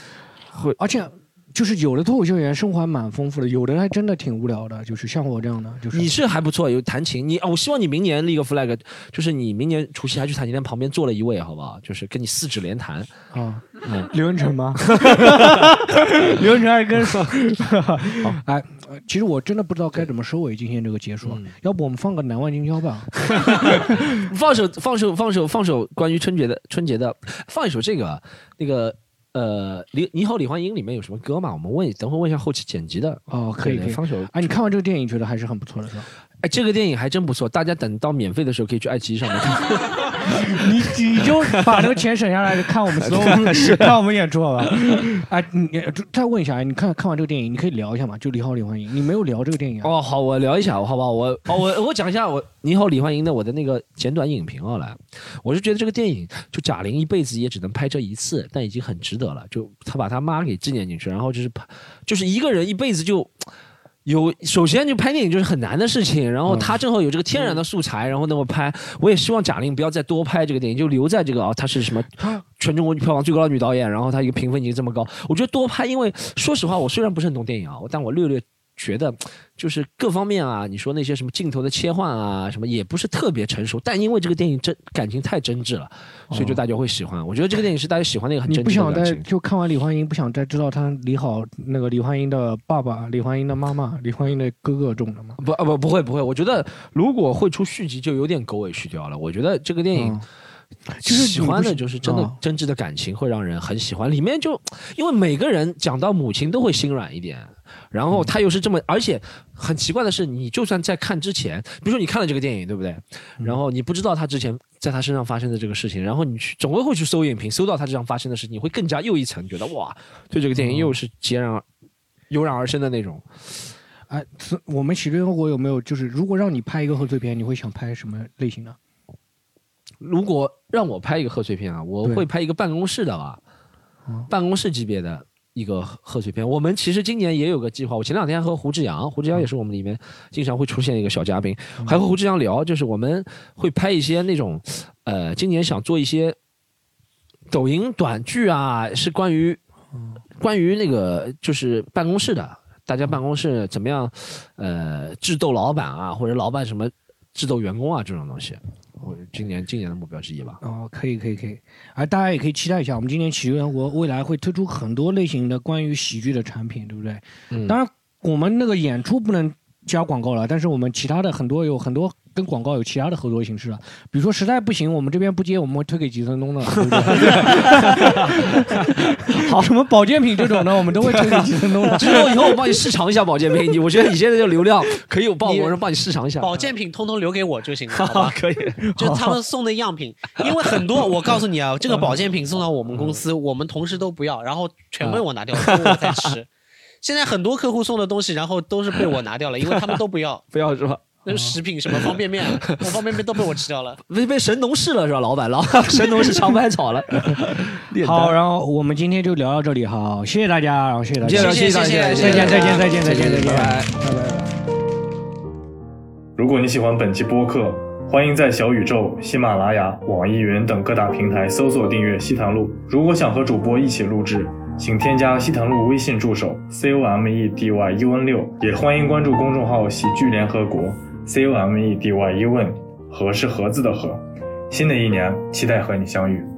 会。
而且就是有的脱口秀演员生活还蛮丰富的，有的还真的挺无聊的，就是像我这样的，就是
你是还不错，有弹琴。你啊，我希望你明年立个 flag，就是你明年除夕还去弹琴店旁边坐了一位，好不好？就是跟你四指连弹。
啊，
嗯
刘仁成 吗？刘仁成还跟说，哎，呃其实我真的不知道该怎么收尾今天这个结束，
嗯
要不我们放个《难忘今宵》 吧？
放首放首放首放首关于春节的春节的，放一首这个啊那个呃，李你好李焕英里面有什么歌嘛？我们问等会问一下后期剪辑的
哦，可以
对
可以，
放首。
哎，你看完这个电影觉得还是很不错的，是吧？
哎，这个电影还真不错，大家等到免费的时候可以去爱奇艺上面看。
你你就把这个钱省下来看我们
是啊
slow，看我们演出好吧？哎，你你再问一下，哎你看看完这个电影，你可以聊一下嘛？就李浩李焕英，你没有聊这个电影啊？
哦，好，我聊一下，好不好？我哦，我我讲一下我《你好，李焕英》的我的那个简短影评啊，来，我是觉得这个电影就贾玲一辈子也只能拍这一次，但已经很值得了。就她把她妈给纪念进去，然后就是拍，就是一个人一辈子就。有，首先就拍电影就是很难的事情，然后她正好有这个天然的素材，然后那么拍，我也希望贾玲不要再多拍这个电影，就留在这个啊，她是什么全中国票房最高的女导演，然后她一个评分已经这么高，我觉得多拍，因为说实话，我虽然不是很懂电影啊，但我略略觉得就是各方面啊，你说那些什么镜头的切换啊，什么也不是特别成熟，但因为这个电影真感情太真挚了，所以就大家会喜欢。我觉得这个电影是大家喜欢的一个很
你
真
不
挚
想
的感
再
情。
就看完李焕英，不想再知道他李好那个李焕英的爸爸、李焕英的妈妈、李焕英的哥哥中了吗？
不啊不不会不会，我觉得如果会出续集，就有点狗尾续貂了。我觉得这个电影。
就是
喜
你
欢
嗯不
的，
是
就是真的
啊
真挚的感情会让人很喜欢。里面就因为每个人讲到母亲都会心软一点，然
嗯
后他又是这么，而且很奇怪的是，你就算在看之前，比如说你看了这个电影，对不对？
嗯
然后你不知道他之前在他身上发生的这个事情，然后你去总归会去搜影评，搜到他身上发生的事情，你会更加又一层觉得哇，对这个电
嗯
影又是截然而油然而生的那种。
哎，所以我们喜剧生活有没有就是，如果让你拍一个贺岁片，你会想拍什么类型的？
如果让我拍一个贺岁片啊，我
对
会拍一个办公室的吧，办公室级别的一个贺贺岁片。我们其实今年也有个计划，我前两天和胡志阳，胡志阳也是我们里面经常会出现的一个小嘉宾，还和胡志阳聊，就是我们会拍一些那种，呃，今年想做一些抖音短剧啊，是关于关于那个就是办公室的，大家办公室怎么样，呃，智斗老板啊，或者老板什么智斗员工啊这种东西，我今年今年的目标之一吧。
哦，可以，可以，可以。哎，大家也可以期待一下，我们今年喜剧生活未来会推出很多类型的关于喜剧的产品，对不对？
嗯
当然，我们那个演出不能加广告了，但是我们其他的很多有很多跟广告有其他的合作形式了，比如说实在不行，我们这边不接，我们会推给吉森东 的，对不对？好，什么保健品这种的，我们都会推给吉森东的。
之后以后我帮你市场一下保健品，你我觉得你现在这个流量可以有爆，
你
我让帮你市场一下。
保健品通通留给我就行了，好吧？
可以，
就他们送的样品，因为很多，我告诉你啊，这个保健品送到我们公司，我们同事都不要，然后全被我拿掉了，都我在吃。现在很多客户送的东西，然后都是被我拿掉了，因为他们都不要，
不要是吧？
那是食品什么方便面，那方便面都被我吃掉了。
被被神农氏了是吧？老板，老神农氏尝百草了。
好，然后我们今天就聊到这里，好，谢谢大家，然后谢谢大家，
谢谢谢谢
再
谢谢
见，再见，再见，再
谢谢
见，再见，
拜拜
拜拜。
如果你喜欢本期播客，欢迎在小宇宙、喜马拉雅、网易云等各大平台搜索订阅《西塘路》。如果想和主播一起录制，请添加西塘路微信助手 c o m e d y u n 六，也欢迎关注公众号“喜剧联合国 E ”c o m e d y u n，和是盒子的和。新的一年，期待和你相遇。